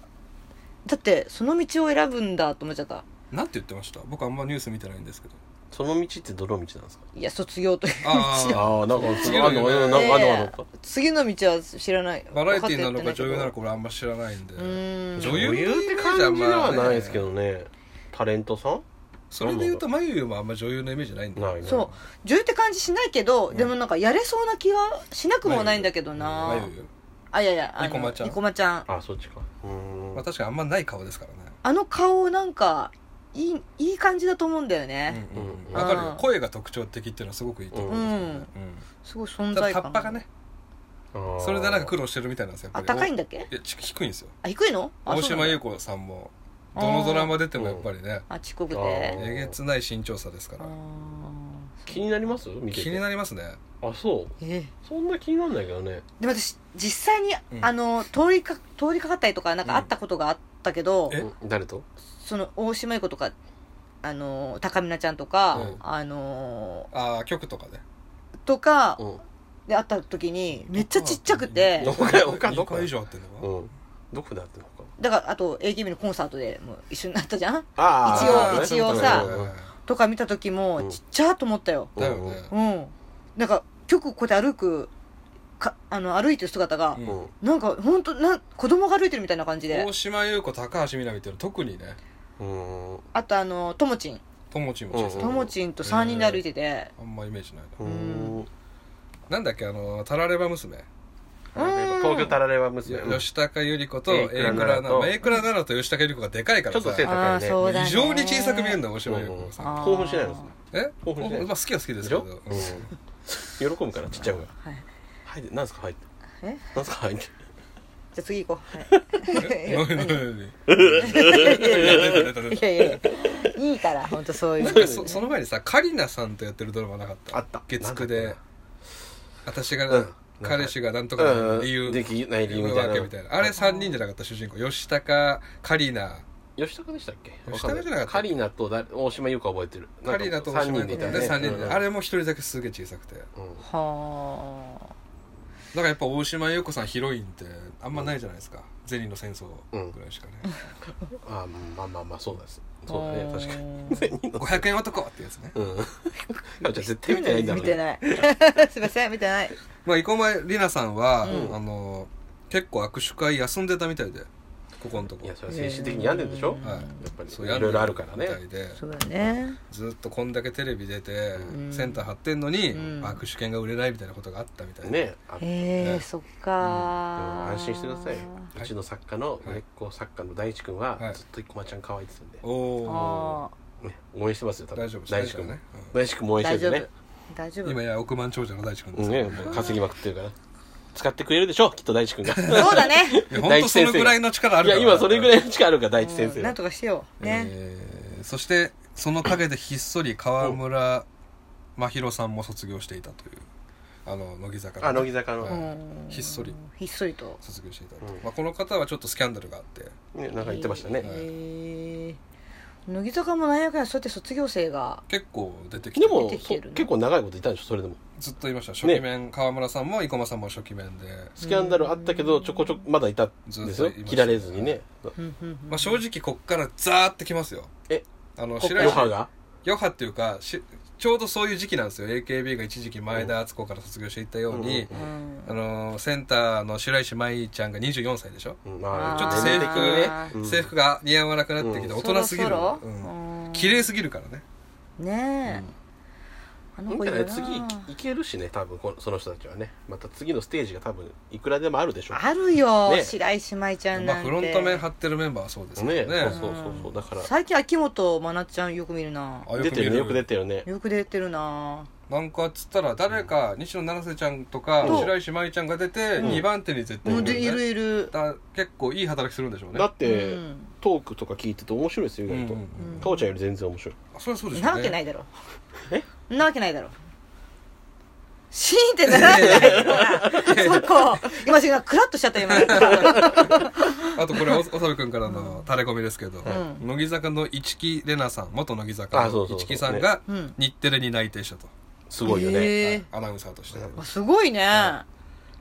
[SPEAKER 1] だって、その道を選ぶんだと思っちゃった。
[SPEAKER 2] なんて言ってました僕あんまニュース見てないんですけど
[SPEAKER 3] その道ってどの道なんですか
[SPEAKER 1] いや、卒業という
[SPEAKER 2] あー
[SPEAKER 3] ああなんか
[SPEAKER 2] 次
[SPEAKER 3] 次
[SPEAKER 2] の
[SPEAKER 3] の
[SPEAKER 2] 夢
[SPEAKER 3] あんのあんのあんのあんの
[SPEAKER 1] 次の道は知らない。
[SPEAKER 2] バラエティーなのか女優なの
[SPEAKER 1] か。
[SPEAKER 2] か俺あんま知らないんで
[SPEAKER 1] ん
[SPEAKER 2] 女優
[SPEAKER 3] 女優って感じではないですけどねタレントさん
[SPEAKER 2] それで言うとまゆゆもあんま女優のイメージないんだ
[SPEAKER 3] ないね
[SPEAKER 1] そう。女優って感じしないけど、でもなんかやれそうな気がしなくもないんだけどな
[SPEAKER 2] まゆゆ
[SPEAKER 1] あ、いやいや、あの
[SPEAKER 2] 生駒ちゃん
[SPEAKER 1] 生駒ちゃん。
[SPEAKER 3] あそっちかうーん
[SPEAKER 2] まあ確かにあんまない顔ですからね
[SPEAKER 1] あの顔なんか、いい、いい感じだと思うんだよね。
[SPEAKER 2] うんうんうん
[SPEAKER 1] ん
[SPEAKER 2] わかるよ
[SPEAKER 1] あー
[SPEAKER 2] 声が特徴的っていうのはすごくいいと思う
[SPEAKER 1] うんん。
[SPEAKER 2] ですよね
[SPEAKER 1] すごい
[SPEAKER 2] うん
[SPEAKER 1] 存
[SPEAKER 2] ただ
[SPEAKER 1] 在
[SPEAKER 2] タ
[SPEAKER 1] 感。
[SPEAKER 2] ッパが。ね
[SPEAKER 3] あー
[SPEAKER 2] それでなんか苦労してるみたいなんですよや
[SPEAKER 1] あ、
[SPEAKER 2] っぱり
[SPEAKER 1] 高いんだっけ
[SPEAKER 2] いやち低いんですよ
[SPEAKER 1] あ、低いのあ
[SPEAKER 2] 大島優
[SPEAKER 1] 子。
[SPEAKER 2] 子さんもどのドラマ出てもやっぱりね
[SPEAKER 1] あ、遅刻
[SPEAKER 3] あ
[SPEAKER 1] で。
[SPEAKER 3] ー
[SPEAKER 2] えげつない身長差ですか
[SPEAKER 1] あ
[SPEAKER 2] ら
[SPEAKER 3] 気になります見てて
[SPEAKER 2] 気になりますね
[SPEAKER 3] あそう
[SPEAKER 1] ーええ
[SPEAKER 3] そんな気になんないけどね
[SPEAKER 1] でも私、実際に
[SPEAKER 2] うん、
[SPEAKER 1] あの、通りか、通りかかったりとか、なんか会ったことがあったけど、
[SPEAKER 2] え
[SPEAKER 3] うん誰と
[SPEAKER 1] その、大島優子とか、あの、高見菜ちゃんとか、
[SPEAKER 2] うん
[SPEAKER 1] あの、
[SPEAKER 2] ああ曲とかで
[SPEAKER 1] とか、
[SPEAKER 3] うん
[SPEAKER 1] で会った時に、めっちゃちっちゃくて
[SPEAKER 3] ど、こかどこか
[SPEAKER 2] 2
[SPEAKER 3] どこか
[SPEAKER 2] 回以上あってんのか
[SPEAKER 3] うんどこで会ってんのか
[SPEAKER 1] だから、あと、AKB のコンサートでも一緒になったじゃん
[SPEAKER 3] あ
[SPEAKER 1] 一応
[SPEAKER 3] ー
[SPEAKER 2] あー
[SPEAKER 1] 一応
[SPEAKER 2] う
[SPEAKER 1] さ
[SPEAKER 2] んうんうん
[SPEAKER 1] とか見た時
[SPEAKER 3] う
[SPEAKER 1] も
[SPEAKER 3] ん
[SPEAKER 1] ちっちゃーと思ったよ、
[SPEAKER 2] だよね
[SPEAKER 1] うん、なんか曲こうやって歩くかあの歩いてる姿が、
[SPEAKER 2] うん
[SPEAKER 3] うん
[SPEAKER 1] なんか本当なん子供が歩いてるみたいな感じで
[SPEAKER 2] 大島優子高橋みなみっていうのは特にね
[SPEAKER 3] うん
[SPEAKER 1] あとあのともちん
[SPEAKER 2] ともちんも小さい
[SPEAKER 1] ともちんと3人で歩いてて、
[SPEAKER 2] あんまイメージないな
[SPEAKER 3] うん
[SPEAKER 2] なんだっけあのタラレバ娘
[SPEAKER 3] 東京タラレバ娘うん
[SPEAKER 2] 吉
[SPEAKER 3] ち
[SPEAKER 2] 高由里子と
[SPEAKER 3] うん
[SPEAKER 2] A 倉奈
[SPEAKER 3] う
[SPEAKER 2] 々
[SPEAKER 3] ん
[SPEAKER 2] エイクラ奈々と吉高由里子がでかいか
[SPEAKER 3] ょ
[SPEAKER 2] ら
[SPEAKER 3] っと背
[SPEAKER 2] さ
[SPEAKER 3] 高い
[SPEAKER 1] あー
[SPEAKER 3] ね
[SPEAKER 1] そうだね
[SPEAKER 2] 非常に小さく見えるんだよ大島優子
[SPEAKER 1] あ
[SPEAKER 2] さ
[SPEAKER 1] ー
[SPEAKER 3] 興奮しないですね
[SPEAKER 2] んえ
[SPEAKER 3] 興奮しない
[SPEAKER 2] まあ好きは好きですけど
[SPEAKER 3] でしょうん喜ぶからちっちゃい方が
[SPEAKER 1] はい、
[SPEAKER 3] 入ってなんすか入って
[SPEAKER 1] え
[SPEAKER 3] なんすか入って
[SPEAKER 1] じゃあ次行こう、
[SPEAKER 2] うん
[SPEAKER 1] は
[SPEAKER 2] 何何
[SPEAKER 1] い、いやいやいやいや
[SPEAKER 2] 何何
[SPEAKER 1] いやいいから本当そうい
[SPEAKER 2] なんか
[SPEAKER 1] う
[SPEAKER 2] そその前にさカリナさんとやってるドラマなかった
[SPEAKER 3] あった
[SPEAKER 2] 月9で
[SPEAKER 3] なんだっ
[SPEAKER 2] 私が
[SPEAKER 3] うん
[SPEAKER 2] 彼氏がなんとかの理
[SPEAKER 3] う
[SPEAKER 2] 由
[SPEAKER 3] んできない理由みた
[SPEAKER 2] わ
[SPEAKER 3] いな
[SPEAKER 2] けみたいなあれ3人じゃなかった主人公吉高カリナ
[SPEAKER 3] 吉高でしたっけ
[SPEAKER 2] 吉高じゃなかった
[SPEAKER 3] わんいカリーナとだ大島優香覚えてる
[SPEAKER 2] カリナと
[SPEAKER 3] 3人でいたよね
[SPEAKER 2] 3人
[SPEAKER 3] う
[SPEAKER 2] で
[SPEAKER 3] ん
[SPEAKER 2] あれも1人だけすげえ小さくてだか
[SPEAKER 3] うん
[SPEAKER 1] はあ
[SPEAKER 2] らやっぱ大島優子さんヒロインってあんまないじゃないですか「ゼリーの戦争」ぐらいしかね
[SPEAKER 3] あまあまあまあそうですそうだね確かに
[SPEAKER 1] 確か
[SPEAKER 2] 「500円男!」ってや つね
[SPEAKER 3] うんじゃあ絶対見てないんだろ
[SPEAKER 1] 見
[SPEAKER 3] う
[SPEAKER 1] て
[SPEAKER 3] ね
[SPEAKER 1] ないすいま せん見てない
[SPEAKER 2] まあ生駒里奈さんは
[SPEAKER 1] うん
[SPEAKER 2] あの結構握手会休んでたみたいでここのと
[SPEAKER 3] い
[SPEAKER 2] こ
[SPEAKER 3] やそれは精神的に病んでるでしょ
[SPEAKER 1] うん
[SPEAKER 2] はい
[SPEAKER 3] やっぱり
[SPEAKER 2] そう
[SPEAKER 3] いろいろあるからね
[SPEAKER 2] みたいで
[SPEAKER 1] そうだね
[SPEAKER 2] ずっとこんだけテレビ出て
[SPEAKER 1] うん
[SPEAKER 2] センター張ってんのに
[SPEAKER 1] うん
[SPEAKER 2] 握手券が売れないみたいなことがあったみたいで
[SPEAKER 3] ねあ
[SPEAKER 1] えー、そっかー、
[SPEAKER 3] 安心してくださいよ
[SPEAKER 2] いう
[SPEAKER 3] ちの作家の売れっ子作家の大地君は
[SPEAKER 2] はい
[SPEAKER 3] ずっと生駒ちゃん可愛いって言ってたん
[SPEAKER 2] おお
[SPEAKER 1] あ
[SPEAKER 3] でね応援してますよ多分
[SPEAKER 2] 大丈夫
[SPEAKER 3] 大地
[SPEAKER 2] 大
[SPEAKER 3] 君も
[SPEAKER 2] 丈夫
[SPEAKER 3] 大地君も応
[SPEAKER 1] ー大
[SPEAKER 3] 援して
[SPEAKER 1] 丈
[SPEAKER 3] る
[SPEAKER 1] 夫
[SPEAKER 3] ね
[SPEAKER 1] 大丈夫
[SPEAKER 2] 今や億万長者の大地君で
[SPEAKER 3] う
[SPEAKER 2] す
[SPEAKER 3] ん
[SPEAKER 2] か
[SPEAKER 3] ね
[SPEAKER 2] らね
[SPEAKER 3] 稼ぎまくってるから使ってくれるでしょきっと大地君が
[SPEAKER 1] そうだね
[SPEAKER 2] いや本当そのぐらいの力あ
[SPEAKER 3] い
[SPEAKER 2] るか
[SPEAKER 3] や
[SPEAKER 2] ら
[SPEAKER 3] 今それぐらいの力あるから 大地先
[SPEAKER 1] う
[SPEAKER 3] 生
[SPEAKER 1] んなんとかしてよね、
[SPEAKER 2] えーそしてその陰でひっそり川村真宙さんも卒業していたというあの乃木坂の
[SPEAKER 3] あ乃木坂の
[SPEAKER 2] はいう
[SPEAKER 1] うん
[SPEAKER 2] ひっそり
[SPEAKER 1] ひっそりと
[SPEAKER 2] 卒業していたと、
[SPEAKER 3] うん
[SPEAKER 2] まあ、この方はちょっとスキャンダルがあって
[SPEAKER 3] ねなんか言ってましたね
[SPEAKER 1] へー乃木坂もなんやかんやそうやって卒業生が
[SPEAKER 2] 結構出てきて
[SPEAKER 3] でも
[SPEAKER 1] 出てきてるね
[SPEAKER 3] そう結構長いこといたんでしょそれでも
[SPEAKER 2] ずっといました初期面、川村さんも生駒さんも初期面で、
[SPEAKER 3] スキャンダルあったけどちょこちょこまだいたんです
[SPEAKER 2] ずっとい
[SPEAKER 3] よ
[SPEAKER 2] ました
[SPEAKER 3] 切られずにね
[SPEAKER 1] うんうんうん
[SPEAKER 2] まあ、正直こっからザーってきますよ
[SPEAKER 3] え
[SPEAKER 2] あの
[SPEAKER 1] こっから
[SPEAKER 2] 白
[SPEAKER 3] 余
[SPEAKER 2] 石
[SPEAKER 3] 波が
[SPEAKER 2] 余波っていうかしちょうどそういう時期なんですよ AKB が一時期前田敦子から卒業していったように、
[SPEAKER 3] う
[SPEAKER 1] うん
[SPEAKER 2] あのーセンターの白石麻衣ちゃんが24歳でしょ、
[SPEAKER 3] うんまあ
[SPEAKER 2] ちょっと制服
[SPEAKER 3] 年齢的にね
[SPEAKER 2] 制服が似合わなくなってきて
[SPEAKER 3] う
[SPEAKER 2] 大人すぎる、
[SPEAKER 1] そろそろ
[SPEAKER 2] うん
[SPEAKER 1] うん
[SPEAKER 2] 綺麗すぎるからね
[SPEAKER 1] ねえ、あ
[SPEAKER 3] う
[SPEAKER 1] の
[SPEAKER 3] ん
[SPEAKER 1] 子
[SPEAKER 3] だ
[SPEAKER 1] い
[SPEAKER 3] から
[SPEAKER 1] る
[SPEAKER 3] 次
[SPEAKER 1] ない
[SPEAKER 3] けるしね多分このその人たちはねまた次のステージが多分いくらでもあるでしょ
[SPEAKER 1] あるよ、
[SPEAKER 3] ね
[SPEAKER 1] 白石麻衣ちゃん
[SPEAKER 2] まあ
[SPEAKER 1] なんて、
[SPEAKER 2] フロント面張ってるメンバーはそうです
[SPEAKER 3] うね
[SPEAKER 2] けどね
[SPEAKER 3] そうそうそうそうだから
[SPEAKER 1] 最近秋元真夏ちゃんよく見るな
[SPEAKER 2] あよく見
[SPEAKER 3] 出てるねよく出てるね
[SPEAKER 1] よく出てるな
[SPEAKER 2] なんかっつったら誰か西野七瀬ちゃんとか
[SPEAKER 1] そう
[SPEAKER 2] 白石麻衣ちゃんが出て
[SPEAKER 3] うん
[SPEAKER 2] 2番手に絶対
[SPEAKER 1] もう
[SPEAKER 2] いるよ
[SPEAKER 1] でいるい
[SPEAKER 2] ね
[SPEAKER 1] る
[SPEAKER 2] だ結構いい働きするんでしょうね
[SPEAKER 3] だって
[SPEAKER 1] うん
[SPEAKER 3] トークとか聞いてて面白いですよ
[SPEAKER 2] うん
[SPEAKER 3] 意
[SPEAKER 2] うんう
[SPEAKER 3] 外
[SPEAKER 2] ん
[SPEAKER 3] とかおちゃんより全然面白い
[SPEAKER 2] あそれはそうでしょうね
[SPEAKER 1] なわけないだろ
[SPEAKER 3] え
[SPEAKER 1] んなわけないだろシーンってならないよほらそこ今すぐクラッとしちゃった今
[SPEAKER 2] あとこ れお長部君からのタレコミですけど、
[SPEAKER 1] う
[SPEAKER 2] 乃木坂の市木玲奈さん元乃木坂
[SPEAKER 3] あそうそ
[SPEAKER 2] の
[SPEAKER 3] うそう
[SPEAKER 2] 市木さんが
[SPEAKER 1] うん
[SPEAKER 2] 日テレに内定したと、
[SPEAKER 3] すごいよね
[SPEAKER 1] へえ
[SPEAKER 2] アナウンサーとして、
[SPEAKER 1] あすごいね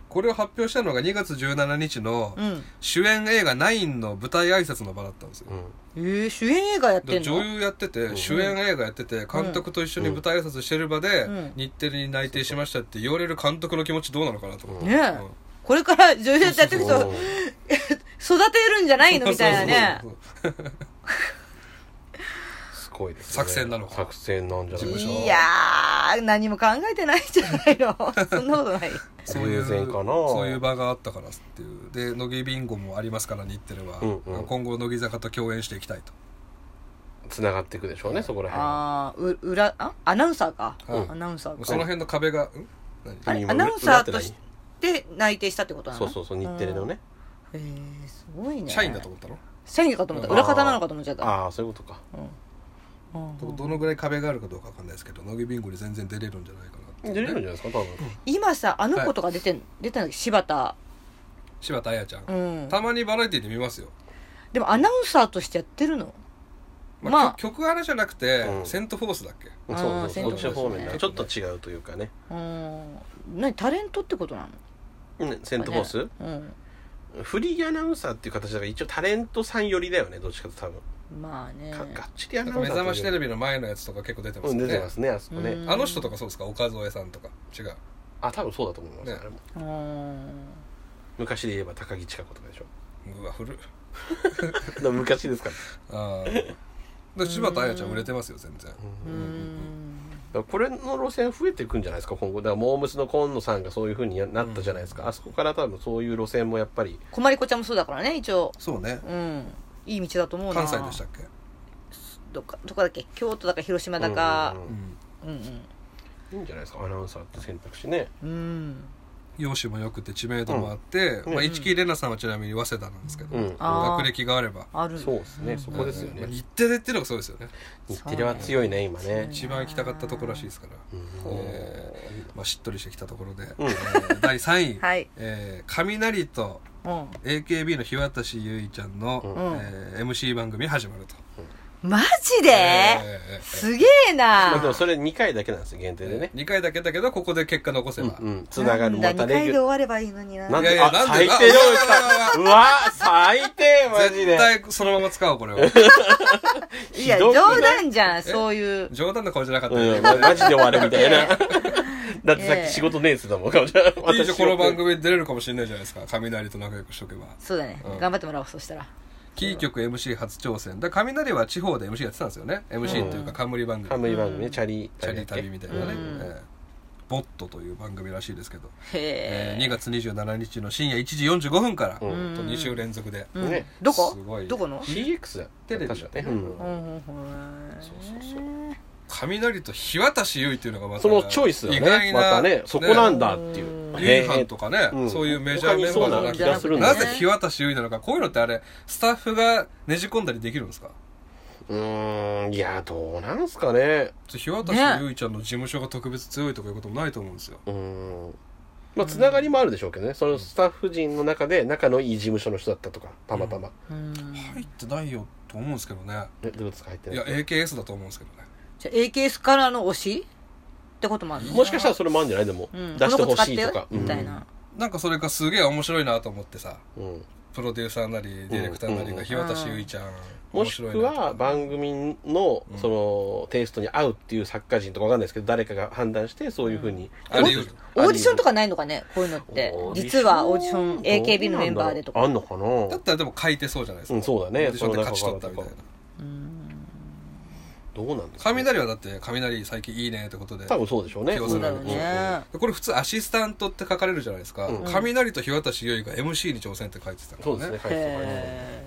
[SPEAKER 2] これを発表したのが2月17日の
[SPEAKER 1] うん
[SPEAKER 2] 主演映画9の舞台挨拶の場だったんですよ、
[SPEAKER 3] うん
[SPEAKER 1] ええ主演映画やって
[SPEAKER 2] で
[SPEAKER 1] んの
[SPEAKER 2] 女優やってて、
[SPEAKER 3] ん
[SPEAKER 2] 主演映画やってて監督と一緒に舞台挨拶してる場で、
[SPEAKER 1] うん
[SPEAKER 2] 日テレに内定しましたって言われる監督の気持ちどうなのかなと思って、
[SPEAKER 1] ねえこれから女優やってる人
[SPEAKER 3] うん
[SPEAKER 1] 育てるんじゃないのみたいなね
[SPEAKER 2] そうそうそう
[SPEAKER 3] すごいですね
[SPEAKER 2] 作戦なのか
[SPEAKER 3] 作戦なんじゃな
[SPEAKER 2] 事
[SPEAKER 3] い
[SPEAKER 2] 務所
[SPEAKER 1] いやー何も考えてないんじゃないの そんなことない
[SPEAKER 2] そういう
[SPEAKER 3] 偶然かな
[SPEAKER 2] そういう場があったからっていうで乃木ビンゴもありますから日テレは、
[SPEAKER 3] うんうん
[SPEAKER 2] 今後乃木坂と共演していきたいと
[SPEAKER 3] つながっていくでしょうねそこら辺
[SPEAKER 1] ああう裏あアナウンサーか、
[SPEAKER 2] うん
[SPEAKER 1] アナウンサーか
[SPEAKER 2] その辺の壁がん何
[SPEAKER 1] あれ
[SPEAKER 3] 君
[SPEAKER 1] ア
[SPEAKER 3] も
[SPEAKER 1] ナウンサーと
[SPEAKER 3] 裏って何
[SPEAKER 1] して内定したってことなの
[SPEAKER 3] そうそうそう日テレのね
[SPEAKER 1] へえすごいね
[SPEAKER 2] 社員だと思ったの、
[SPEAKER 1] 社員かと思った
[SPEAKER 3] うん
[SPEAKER 1] 裏方なのかと思っちゃった
[SPEAKER 3] ああそういうことか
[SPEAKER 1] うん
[SPEAKER 2] どどのぐらい壁があるかどうかわかんないですけど乃木ビンゴに全然出れるんじゃないかなってい
[SPEAKER 3] 出
[SPEAKER 2] う
[SPEAKER 3] れるんじゃないですか多分
[SPEAKER 1] 今さあの子とか出てん、出てんだっけ柴田
[SPEAKER 2] 柴田彩ちゃん、
[SPEAKER 1] うん
[SPEAKER 2] たまにバラエティで見ますよ、
[SPEAKER 1] でもアナウンサーとしてやってるの
[SPEAKER 2] まあ
[SPEAKER 1] まあ
[SPEAKER 2] 曲曲あれじゃなくて、
[SPEAKER 3] うん
[SPEAKER 2] セントフォースだっけ
[SPEAKER 1] あー
[SPEAKER 3] そうそう
[SPEAKER 1] 戦
[SPEAKER 3] そ
[SPEAKER 2] 闘
[SPEAKER 3] っち方面
[SPEAKER 2] です
[SPEAKER 3] だ
[SPEAKER 2] ね
[SPEAKER 3] ちょっと違うというかね
[SPEAKER 1] うん何タレントってことなの
[SPEAKER 3] うんセントフォース
[SPEAKER 1] うん
[SPEAKER 3] フリーアナウンサーっていう形だから一応タレントさん寄りだよねどっちかと多分
[SPEAKER 1] まあね
[SPEAKER 3] かがっちりアナウン
[SPEAKER 2] 目
[SPEAKER 3] サー
[SPEAKER 2] 覚ましテレ
[SPEAKER 3] ビ
[SPEAKER 2] ビの前のやつとか結構出てます
[SPEAKER 3] うん
[SPEAKER 2] よ
[SPEAKER 3] 出
[SPEAKER 2] ね、
[SPEAKER 3] てますねあそこね
[SPEAKER 1] うん
[SPEAKER 2] あの人とかそうですか岡添さんとか違う
[SPEAKER 3] あ多分そうだと思います
[SPEAKER 2] ね
[SPEAKER 3] あれも
[SPEAKER 1] うん
[SPEAKER 3] 昔で言えば高木千佳子とかでしょ
[SPEAKER 2] うわ古っ
[SPEAKER 3] でも昔ですからだ
[SPEAKER 2] あーで柴田彩ちゃん売れてますよ全然、
[SPEAKER 1] うん
[SPEAKER 3] からこれの路線増えていくんじゃないですか今後だからモームスの今野さんがそういうふうになったじゃないですかあそこから多分そういう路線もやっぱり
[SPEAKER 1] こまりこちゃんもそうだからね一応
[SPEAKER 2] そうね
[SPEAKER 1] うんいい道だと思うな
[SPEAKER 2] 関西でしたっけ、
[SPEAKER 1] どっかどこだっけ京都だか広島だか
[SPEAKER 3] うんうん
[SPEAKER 2] うん
[SPEAKER 1] うん
[SPEAKER 3] うんいいんじゃないですかアナウンサーって選択肢ね
[SPEAKER 1] うんうん
[SPEAKER 2] 容姿も良くて知名度もあって、
[SPEAKER 3] うん
[SPEAKER 2] まあ、
[SPEAKER 3] うん
[SPEAKER 2] 市木玲奈さんはちなみに早稲田なんですけど、
[SPEAKER 3] うん
[SPEAKER 1] あー
[SPEAKER 2] 学歴があれば
[SPEAKER 1] ある
[SPEAKER 3] そうですねそこですよ
[SPEAKER 2] うんまあ
[SPEAKER 3] ね
[SPEAKER 2] 日テレっていうのがそうですよね
[SPEAKER 3] 日テレは強いね今ね
[SPEAKER 2] 一番行きたかったところらしいですから、
[SPEAKER 3] うん
[SPEAKER 2] えーまあ、しっとりしてきたところで、
[SPEAKER 3] うん
[SPEAKER 2] えー第3位、
[SPEAKER 1] はい
[SPEAKER 2] えー雷と
[SPEAKER 1] うん
[SPEAKER 2] AKB の日渡ゆいちゃんの、
[SPEAKER 1] ん
[SPEAKER 2] えー MC 番組始まると、
[SPEAKER 1] マジで、
[SPEAKER 2] えー
[SPEAKER 1] すげえ
[SPEAKER 3] まあでも
[SPEAKER 1] な
[SPEAKER 3] それ2回だけなんですよ限定でね
[SPEAKER 2] 2回だけだけどここで結果残せば、
[SPEAKER 3] うんつながる
[SPEAKER 1] な
[SPEAKER 3] ま
[SPEAKER 1] んだ
[SPEAKER 3] た
[SPEAKER 1] 2回
[SPEAKER 3] レギ
[SPEAKER 1] で
[SPEAKER 3] ュ
[SPEAKER 1] 終わればいいのにな
[SPEAKER 3] なん
[SPEAKER 2] いやい
[SPEAKER 3] で
[SPEAKER 2] や
[SPEAKER 3] あ
[SPEAKER 2] なんで
[SPEAKER 3] 最低よ
[SPEAKER 2] うわうわうわう
[SPEAKER 3] うわ最低マジで
[SPEAKER 2] 絶対そのまま使おうこれ はい
[SPEAKER 1] や
[SPEAKER 3] ひど
[SPEAKER 1] 冗
[SPEAKER 3] くない
[SPEAKER 1] 談じゃんそういう
[SPEAKER 2] 冗談の顔じゃなかったよね、
[SPEAKER 3] うん、まマジで終わるみたい
[SPEAKER 1] え
[SPEAKER 3] な。だってさっき仕事ねえっつったもん、かおちゃん。
[SPEAKER 2] いいじゃん
[SPEAKER 3] 私
[SPEAKER 2] この番。組に出れるかもしれないじゃないですか雷と仲良くしとけば
[SPEAKER 1] そうだね、
[SPEAKER 2] うん
[SPEAKER 1] 頑張ってもらおうそしたら
[SPEAKER 2] キー局 MC 初挑戦だから雷は地方で MC やってたんですよね MC っていうか冠番組、
[SPEAKER 3] 冠番組ね、チャリ、
[SPEAKER 2] チャリ旅みたいなね、
[SPEAKER 1] うん
[SPEAKER 2] えーボットという番組らしいですけど、え
[SPEAKER 1] へ
[SPEAKER 2] ー、2
[SPEAKER 1] え、
[SPEAKER 2] 月27日の深夜1時45分から、
[SPEAKER 3] うん
[SPEAKER 2] と2週連続で、
[SPEAKER 1] うん
[SPEAKER 3] ね
[SPEAKER 1] どこ
[SPEAKER 2] すごい
[SPEAKER 1] どこの
[SPEAKER 3] CX だよ。
[SPEAKER 2] テレビ
[SPEAKER 3] 確かね。
[SPEAKER 1] う
[SPEAKER 3] うん
[SPEAKER 1] んうんうん
[SPEAKER 2] そうそうそう雷と日渡しゆいっていうのがまた
[SPEAKER 3] そのチョイスだ
[SPEAKER 2] 意
[SPEAKER 3] ね
[SPEAKER 2] 外。な
[SPEAKER 3] またね、そこなん
[SPEAKER 2] ね
[SPEAKER 3] だっていう。
[SPEAKER 2] ユイハンとかね、
[SPEAKER 3] うん
[SPEAKER 2] そういうメジャーメンバーじ
[SPEAKER 1] 他にそ
[SPEAKER 2] ゃなくて
[SPEAKER 1] うな
[SPEAKER 2] な
[SPEAKER 1] 気がするんだよね
[SPEAKER 2] ぜ日渡しゆいなのかこういうのってあれスタッフがねじ込んだりできるんですか
[SPEAKER 3] うーん、いや、どうなんすかね。
[SPEAKER 2] 日渡しゆいちゃんの事務所が特別強いとかいうこともないと思うんですよ
[SPEAKER 3] うーん。まあ、つながりもあるでしょうけどね。そのスタッフ陣の中で、仲のいい事務所の人だったとか、たまたま。
[SPEAKER 1] うん
[SPEAKER 2] 入ってないよと思うんですけどね
[SPEAKER 3] え、ルーツが入って
[SPEAKER 2] い
[SPEAKER 3] な
[SPEAKER 2] や
[SPEAKER 3] い。
[SPEAKER 2] AKS だと思うんですけどね
[SPEAKER 1] じゃあ AKS からの推しってこともあるの
[SPEAKER 3] もしかしたらそれもあるんじゃないでも、
[SPEAKER 1] うん
[SPEAKER 3] 出してほしいと
[SPEAKER 1] この子使
[SPEAKER 3] か
[SPEAKER 1] っ。てよみたいな、
[SPEAKER 2] なんかそれがすげえ面白いなと思ってさ
[SPEAKER 3] うん。うん
[SPEAKER 2] プロデューサーなりディレクターなり
[SPEAKER 3] うん
[SPEAKER 2] が日渡しゆいちゃん
[SPEAKER 3] も
[SPEAKER 2] 面
[SPEAKER 3] し
[SPEAKER 2] 白
[SPEAKER 3] く
[SPEAKER 2] いな
[SPEAKER 3] は番組の
[SPEAKER 2] うん
[SPEAKER 3] そのテイストに合うっていう作家人とかわかんないですけど誰かが判断してそういうふうに
[SPEAKER 2] あり得る
[SPEAKER 1] オーディションと
[SPEAKER 3] か
[SPEAKER 1] かないのかねこういうのって実はオーディション AKB のメンバーでとか
[SPEAKER 3] あんのかな
[SPEAKER 2] だったらでも書いてそうじゃないです
[SPEAKER 3] う
[SPEAKER 2] か、
[SPEAKER 3] んそうだ
[SPEAKER 2] オ
[SPEAKER 3] ね
[SPEAKER 2] ーディションで勝ち取ったみたいな
[SPEAKER 3] その中からどうなんですかね
[SPEAKER 2] 雷はだって雷最近いいねってことで
[SPEAKER 3] 多分そうでしょうね
[SPEAKER 2] 気を
[SPEAKER 1] そ
[SPEAKER 2] す
[SPEAKER 1] う
[SPEAKER 2] る
[SPEAKER 1] だろうね
[SPEAKER 2] これ普通アシスタントって書かれるじゃないですか、
[SPEAKER 3] うん
[SPEAKER 2] 雷と日渡しゆいが MC に挑戦って書いてた
[SPEAKER 3] そ
[SPEAKER 2] か
[SPEAKER 3] うです
[SPEAKER 2] ら
[SPEAKER 3] ね
[SPEAKER 2] ね
[SPEAKER 3] 書いてた書いて
[SPEAKER 1] へ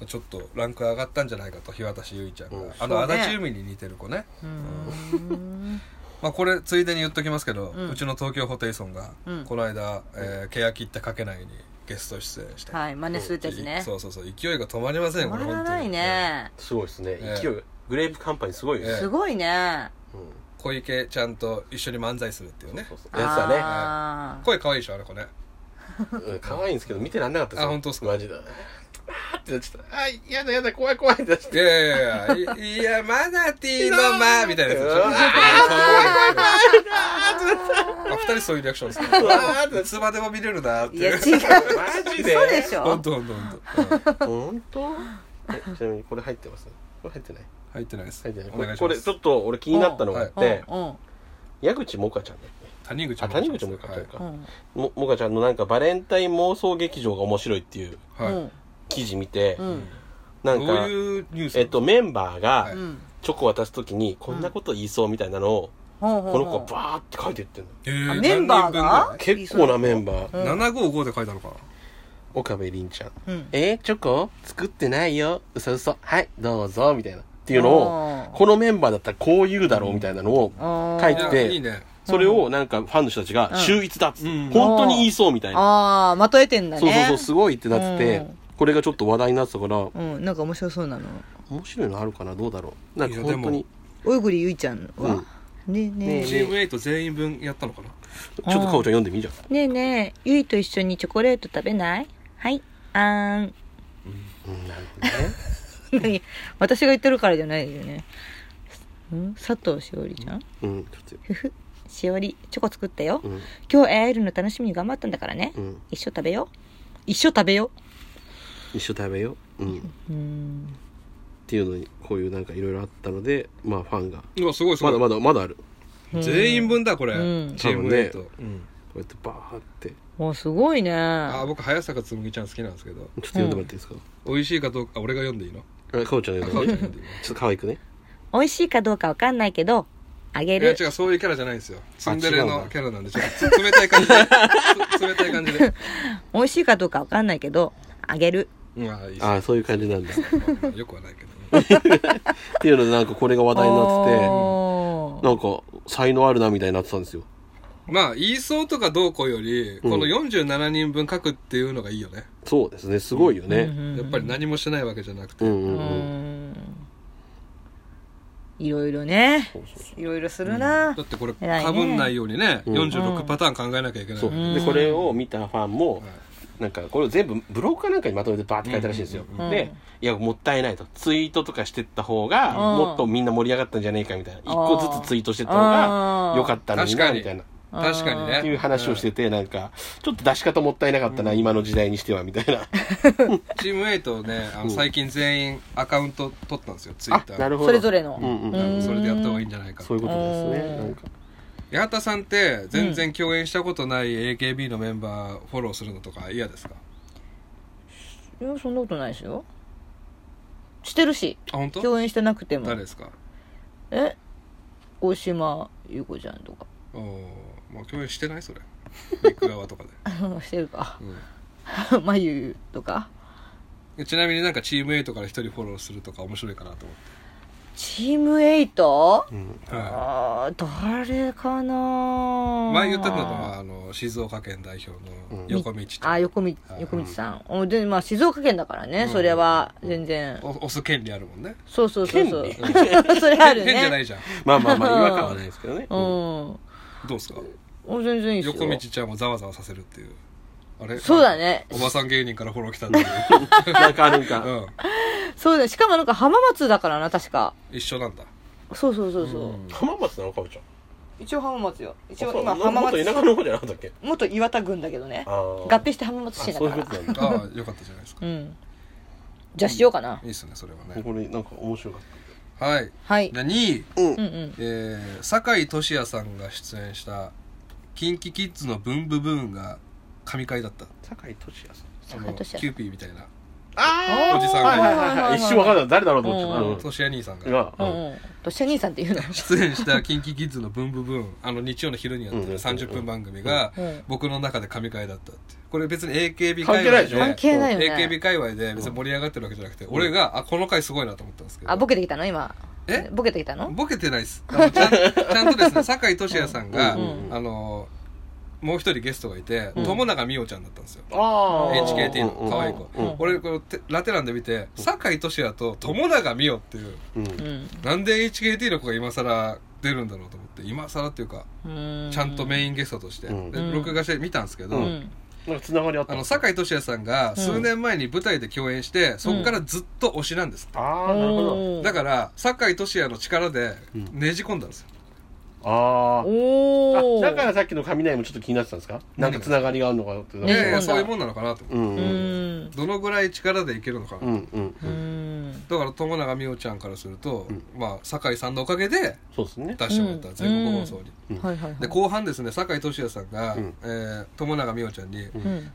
[SPEAKER 1] え
[SPEAKER 2] ちょっとランク上がったんじゃないかと日渡しゆいちゃんが、
[SPEAKER 3] うん
[SPEAKER 2] あの
[SPEAKER 1] そうね
[SPEAKER 2] 足立由美に似てる子ね、
[SPEAKER 1] うん
[SPEAKER 2] まあ、これついでに言っときますけど、うんちの東京ホテイソンが、
[SPEAKER 1] うん
[SPEAKER 2] この間「えー、欅って書けない」にゲスト出演して、
[SPEAKER 1] はい真似するってやつね
[SPEAKER 2] そうそうそう勢いが止まりません
[SPEAKER 1] 止
[SPEAKER 2] よこ
[SPEAKER 1] ま
[SPEAKER 2] れ
[SPEAKER 1] ら
[SPEAKER 2] 本
[SPEAKER 1] な
[SPEAKER 2] 当
[SPEAKER 1] い
[SPEAKER 2] に
[SPEAKER 1] ね
[SPEAKER 3] たすごいですね
[SPEAKER 2] ええ
[SPEAKER 3] 勢いがグレープカンパニーすごいよ
[SPEAKER 2] ええ
[SPEAKER 3] ね
[SPEAKER 1] すごいね
[SPEAKER 3] うん
[SPEAKER 2] 小池ちゃんと一緒に漫才するっていうね
[SPEAKER 3] そうそうやつだ
[SPEAKER 1] あー
[SPEAKER 2] 声可愛いでしょあれ子ね
[SPEAKER 3] ねうん可愛いんですけど見てらんなかったですよ
[SPEAKER 2] あ本当ですか
[SPEAKER 3] マジであーってなっちゃったあーやだやだ怖い怖いってなっちゃった
[SPEAKER 2] いやいやいやいいやマナティーの間みたいなやつでしょ
[SPEAKER 3] あー
[SPEAKER 2] あ二人そういうリアクション ですね
[SPEAKER 3] うわーってなっ
[SPEAKER 2] いつまでも見れるなって
[SPEAKER 1] いや違う
[SPEAKER 2] いう
[SPEAKER 3] マジで
[SPEAKER 1] そうでしょ
[SPEAKER 2] 本当本当本当うん
[SPEAKER 3] 本当えちなみにこれ入ってますこれ入ってない
[SPEAKER 2] 入ってないです
[SPEAKER 3] 入ってない
[SPEAKER 2] お
[SPEAKER 3] こ
[SPEAKER 2] 願
[SPEAKER 3] れ
[SPEAKER 2] いし
[SPEAKER 3] こ
[SPEAKER 2] ま
[SPEAKER 3] れち
[SPEAKER 2] す
[SPEAKER 3] ょっと俺気になったのがあっ
[SPEAKER 1] うん
[SPEAKER 3] て
[SPEAKER 1] うん
[SPEAKER 3] 矢口もかちゃんだよね
[SPEAKER 2] 谷口
[SPEAKER 3] あ
[SPEAKER 2] もか
[SPEAKER 3] 谷
[SPEAKER 2] ちゃんで
[SPEAKER 3] 口
[SPEAKER 2] す
[SPEAKER 3] もかちゃんか
[SPEAKER 1] うん
[SPEAKER 3] ももかちゃんのなんかバレンタイン妄想劇場が面白いっていう
[SPEAKER 2] はいは
[SPEAKER 1] う
[SPEAKER 2] い
[SPEAKER 1] ん
[SPEAKER 3] 記事見て
[SPEAKER 1] うん
[SPEAKER 3] なん
[SPEAKER 2] どう
[SPEAKER 3] か
[SPEAKER 2] いうニュース
[SPEAKER 3] えっとメンバー
[SPEAKER 2] は
[SPEAKER 3] が
[SPEAKER 2] い
[SPEAKER 1] うん
[SPEAKER 3] チョコ渡すときにこんなこと言いそうみたいなのを
[SPEAKER 1] ほうほう
[SPEAKER 3] この
[SPEAKER 1] ほ
[SPEAKER 3] 子
[SPEAKER 1] う
[SPEAKER 3] がバーって書いてってんの
[SPEAKER 2] えー
[SPEAKER 1] あメンバーが
[SPEAKER 3] 結構なメンバー
[SPEAKER 2] 何人分ぐらい755で書いたのかな
[SPEAKER 3] 岡部凛ちゃん
[SPEAKER 1] うん
[SPEAKER 3] えーチョコ作ってないよ嘘嘘はいどうぞみたいなっていうのを
[SPEAKER 1] あー
[SPEAKER 3] このメンバーだったらこう言うだろうみたいなのを
[SPEAKER 1] あー
[SPEAKER 3] 書いてて
[SPEAKER 2] いやいいね
[SPEAKER 3] それをなんかファンの人たちが秀逸だっつって、
[SPEAKER 2] うん
[SPEAKER 3] 本当に言いそうみたいな、
[SPEAKER 1] ああまとえてんだね
[SPEAKER 3] そうそうそうすごいってなってて、
[SPEAKER 1] うん
[SPEAKER 3] これがちょっと話題になってたから面
[SPEAKER 1] うんなんか面白そうなの
[SPEAKER 3] 白いのあるかなどうだろうなんか
[SPEAKER 2] いやで
[SPEAKER 3] 本
[SPEAKER 2] も
[SPEAKER 3] 当に
[SPEAKER 1] おいぐりゆいちゃんは、ねえねえ
[SPEAKER 2] チーム8全員分やったのかな
[SPEAKER 3] ちょっとかおちゃん読んでみじゃん
[SPEAKER 1] ねえねえゆいと一緒にチョコレート食べないはいあーん
[SPEAKER 3] うんなるほどね
[SPEAKER 1] 何私が言ってるからじゃないよねん佐藤しおりちゃん
[SPEAKER 3] うんちょっと
[SPEAKER 1] ふふしおりチョコ作ったよ
[SPEAKER 3] うん
[SPEAKER 1] 今日会えるの楽しみに頑張ったんだからね
[SPEAKER 3] うん
[SPEAKER 1] 一緒食べよう一緒食べよ
[SPEAKER 3] 一緒食べよう、うん、っ
[SPEAKER 1] ううーん
[SPEAKER 3] ていうのにこういうなんかいろいろあったのでまあファンが
[SPEAKER 2] うわすごいすごい
[SPEAKER 3] まだまだまだあるこ
[SPEAKER 2] 全員分だこれ、
[SPEAKER 1] うん
[SPEAKER 2] チーム
[SPEAKER 3] 多
[SPEAKER 2] 8、
[SPEAKER 3] 分うやってバーってち
[SPEAKER 1] もうすごいね
[SPEAKER 2] あ僕早坂つむぎちゃん好きなんですけど
[SPEAKER 3] ょっと読んでもらっていいですか、
[SPEAKER 2] 美味しいかどうか俺が読んでいいの
[SPEAKER 3] あかおちゃんの
[SPEAKER 2] あかお
[SPEAKER 3] 読ん
[SPEAKER 2] ち
[SPEAKER 3] で
[SPEAKER 2] ゃん読
[SPEAKER 3] もらっ
[SPEAKER 2] ん
[SPEAKER 3] て
[SPEAKER 2] でいいの
[SPEAKER 3] ちょっと可愛くね
[SPEAKER 1] 美味しいかどうかわかんないけどあげ
[SPEAKER 2] いや
[SPEAKER 1] る
[SPEAKER 2] 違うそういうキャラじゃないんですよツンデレ
[SPEAKER 3] 違うん
[SPEAKER 2] の
[SPEAKER 3] だ
[SPEAKER 2] キャラなんでちょっと冷たい感じでつ冷たい感じ で
[SPEAKER 1] 美味しいかどうかわかんないけどあげる
[SPEAKER 2] うんああいいです
[SPEAKER 3] ああそういう感じなんだっ
[SPEAKER 2] まあよくはないけどね
[SPEAKER 3] ていうのでなんかこれが話題になってて
[SPEAKER 1] おー
[SPEAKER 3] なんか才能あるなみたいになってたんですよ
[SPEAKER 2] まあ、言いそうとかどうこうより、この47人分書くっていうのがいいよね。
[SPEAKER 3] そうですねすごいよね
[SPEAKER 2] やっぱり何もしてないわけじゃなくて。
[SPEAKER 3] うん
[SPEAKER 1] う
[SPEAKER 3] うんんうん
[SPEAKER 1] いろいろね
[SPEAKER 3] そうそう
[SPEAKER 1] いろいろするな、
[SPEAKER 2] だってこれ、
[SPEAKER 1] 偉いね
[SPEAKER 2] かぶんないようにね、
[SPEAKER 3] うん
[SPEAKER 2] 46パターン考えなきゃいけない。
[SPEAKER 3] そう
[SPEAKER 1] うん
[SPEAKER 3] でこれを見たファンも
[SPEAKER 2] はい
[SPEAKER 3] なんかこれを全部ブログかなんかにまとめてバーって書いたらしいんですよ、
[SPEAKER 1] うん
[SPEAKER 3] でいやもったいないとツイートとかしてった方が
[SPEAKER 1] うん
[SPEAKER 3] もっとみんな盛り上がったんじゃねえかみたいな一個ずつツイートしてった方がよかったのに
[SPEAKER 2] 確か
[SPEAKER 3] な
[SPEAKER 2] に
[SPEAKER 3] みたいなっ
[SPEAKER 2] 確かにね。
[SPEAKER 3] ていう話をしててなんかちょっと出し方もったいなかったな今の時代にしてはみたいな
[SPEAKER 2] チーム8をね、あ
[SPEAKER 3] うん
[SPEAKER 2] の最近全員アカウント取ったんですよ、ツイッ
[SPEAKER 3] あ
[SPEAKER 2] ター。
[SPEAKER 3] なるほど
[SPEAKER 1] それぞれの、
[SPEAKER 3] うんうん
[SPEAKER 2] うんそれでやった方がいいんじゃないか
[SPEAKER 3] そういうことです
[SPEAKER 1] う
[SPEAKER 3] ね
[SPEAKER 1] ん
[SPEAKER 3] なんか
[SPEAKER 2] 八幡さんって全然共演したことない AKB のメンバーフォローするのとか嫌ですか
[SPEAKER 1] いやそんなことないですよしてるし
[SPEAKER 2] あ本当
[SPEAKER 1] 共演してなくても
[SPEAKER 2] 誰ですか
[SPEAKER 1] え大島優子ちゃんとか
[SPEAKER 2] おーまあ共演してないそれビッグ側とかで、
[SPEAKER 1] してるか
[SPEAKER 2] うん
[SPEAKER 1] まゆとか
[SPEAKER 2] でちなみになんかチーム8から一人フォローするとか面白いかなと思
[SPEAKER 1] チームエイト
[SPEAKER 3] うん
[SPEAKER 2] って、は、
[SPEAKER 1] あー誰かない
[SPEAKER 2] 前言ってたのはあの静岡県代表の横道ちゃん
[SPEAKER 1] あ横道横道さん、おでまあ、静岡県だからね、
[SPEAKER 2] うん
[SPEAKER 1] それは全然
[SPEAKER 2] お押す権利あるもんね
[SPEAKER 1] そうそうそうそう
[SPEAKER 3] 権
[SPEAKER 1] それある
[SPEAKER 2] 変じゃな
[SPEAKER 1] ね
[SPEAKER 2] いじゃん
[SPEAKER 3] まあまあまあ違和感はないですけどね、
[SPEAKER 1] うんお
[SPEAKER 2] どうですか
[SPEAKER 1] 全然いいっすよ
[SPEAKER 2] 横道ちゃんをざわざわさせるっていうあれ
[SPEAKER 1] そうだね
[SPEAKER 2] おばさん芸人からフォロー来たんだけ
[SPEAKER 3] なんかあるん
[SPEAKER 2] ど、
[SPEAKER 3] か
[SPEAKER 2] うん、
[SPEAKER 1] そうだしかもなんか浜松だからな確か
[SPEAKER 2] 一緒なんだ
[SPEAKER 1] そうそうそうそう、
[SPEAKER 2] うん
[SPEAKER 3] 浜松なのかぶちゃん
[SPEAKER 1] 一応浜松よ一
[SPEAKER 3] あ
[SPEAKER 1] 応
[SPEAKER 3] そう
[SPEAKER 1] 今浜
[SPEAKER 3] なもっと
[SPEAKER 1] 松
[SPEAKER 3] 田舎の方じゃなかったっけ
[SPEAKER 1] 元岩田郡だけどね
[SPEAKER 3] あ
[SPEAKER 1] 合
[SPEAKER 3] ー
[SPEAKER 1] 併して浜松市
[SPEAKER 3] あ
[SPEAKER 1] だ
[SPEAKER 3] そ
[SPEAKER 1] か
[SPEAKER 3] ういう
[SPEAKER 1] ら
[SPEAKER 3] ことなん だ
[SPEAKER 2] ああよかったじゃないですか
[SPEAKER 1] うんじゃあしようかな、
[SPEAKER 2] いいっすねそれはね
[SPEAKER 3] これなんか面白かっ
[SPEAKER 2] はい
[SPEAKER 1] はい
[SPEAKER 2] じゃあ2位、
[SPEAKER 1] うんうん
[SPEAKER 2] えー、酒井俊也さんが出演した「キンキキッズのブンブブーン」が神回だった
[SPEAKER 3] た酒井俊也さん
[SPEAKER 2] あ
[SPEAKER 1] 酒
[SPEAKER 2] の
[SPEAKER 1] 井
[SPEAKER 2] キ
[SPEAKER 1] 俊也
[SPEAKER 2] ューピーみたいな
[SPEAKER 3] あ
[SPEAKER 2] ーおじさんが
[SPEAKER 3] はいはいはいはい一瞬わかんない誰だろうと思ってた
[SPEAKER 2] 俊也兄さん
[SPEAKER 3] う
[SPEAKER 2] が
[SPEAKER 3] んが
[SPEAKER 1] うんうんとしゃ兄さんって言うの
[SPEAKER 2] 出演した「キンキキッズのブンブブーン」あの日曜の昼にやって
[SPEAKER 3] うん
[SPEAKER 2] る30分番組が
[SPEAKER 1] うん
[SPEAKER 2] 僕の中で神回だったってこれ別に AKB
[SPEAKER 3] 関
[SPEAKER 2] 界
[SPEAKER 3] 係な
[SPEAKER 2] 隈
[SPEAKER 3] いでしょ
[SPEAKER 1] 関係ないよね
[SPEAKER 2] AKB 界隈で別に盛り上がってるわけじゃなくて俺があこの回すごいなと思ったんですけど
[SPEAKER 1] あボケてきたの今
[SPEAKER 2] え
[SPEAKER 1] ボケてきたの
[SPEAKER 2] ボケてないです。あの ちゃんちゃんとですね、酒井俊也さんが、
[SPEAKER 3] うんうん
[SPEAKER 2] あの、もう一人ゲストがいて、
[SPEAKER 1] うん
[SPEAKER 2] 友永美桜ちゃんだったんですよ。
[SPEAKER 3] あー
[SPEAKER 2] HKT の可愛い子。
[SPEAKER 3] うん
[SPEAKER 2] 俺、このてラテランで見て、酒井俊也と友永美桜っていう、
[SPEAKER 3] うん
[SPEAKER 1] うん
[SPEAKER 2] なんで HKT の子が今更出るんだろうと思って、今更っていうか、
[SPEAKER 1] うん
[SPEAKER 2] ちゃんとメインゲストとして、
[SPEAKER 3] うん
[SPEAKER 2] で録画して見たんですけど、
[SPEAKER 3] う
[SPEAKER 1] うん
[SPEAKER 3] なんかつながりあった
[SPEAKER 2] あの、酒井俊也さんが数年前に舞台で共演して、そこからずっと推しなんです。
[SPEAKER 3] ああなるほど
[SPEAKER 2] だから、酒井俊也の力でねじ込んだんですよ。
[SPEAKER 3] あー
[SPEAKER 1] おお
[SPEAKER 3] あだからさっきの雷もちょっと気になってたんですかなんかつながりがあるのかなって
[SPEAKER 1] ね
[SPEAKER 2] い
[SPEAKER 1] じ込ん
[SPEAKER 2] やい
[SPEAKER 1] だ
[SPEAKER 2] や、そういうもんなのかなと思って
[SPEAKER 3] う
[SPEAKER 1] う
[SPEAKER 3] んうん
[SPEAKER 1] ん
[SPEAKER 2] どのぐらい力でいけるのかな、
[SPEAKER 3] うんうん
[SPEAKER 1] うん
[SPEAKER 2] だから友永美桜ちゃんからすると、
[SPEAKER 3] ん
[SPEAKER 2] まあ酒井さんのおかげで
[SPEAKER 3] そうですね
[SPEAKER 2] 出してもらった、
[SPEAKER 1] うん
[SPEAKER 2] 全国放送に、
[SPEAKER 3] うん
[SPEAKER 1] はいはいはい
[SPEAKER 2] で後半ですね酒井俊也さんが、
[SPEAKER 3] うん
[SPEAKER 2] えー友永美桜ちゃんに、
[SPEAKER 1] うん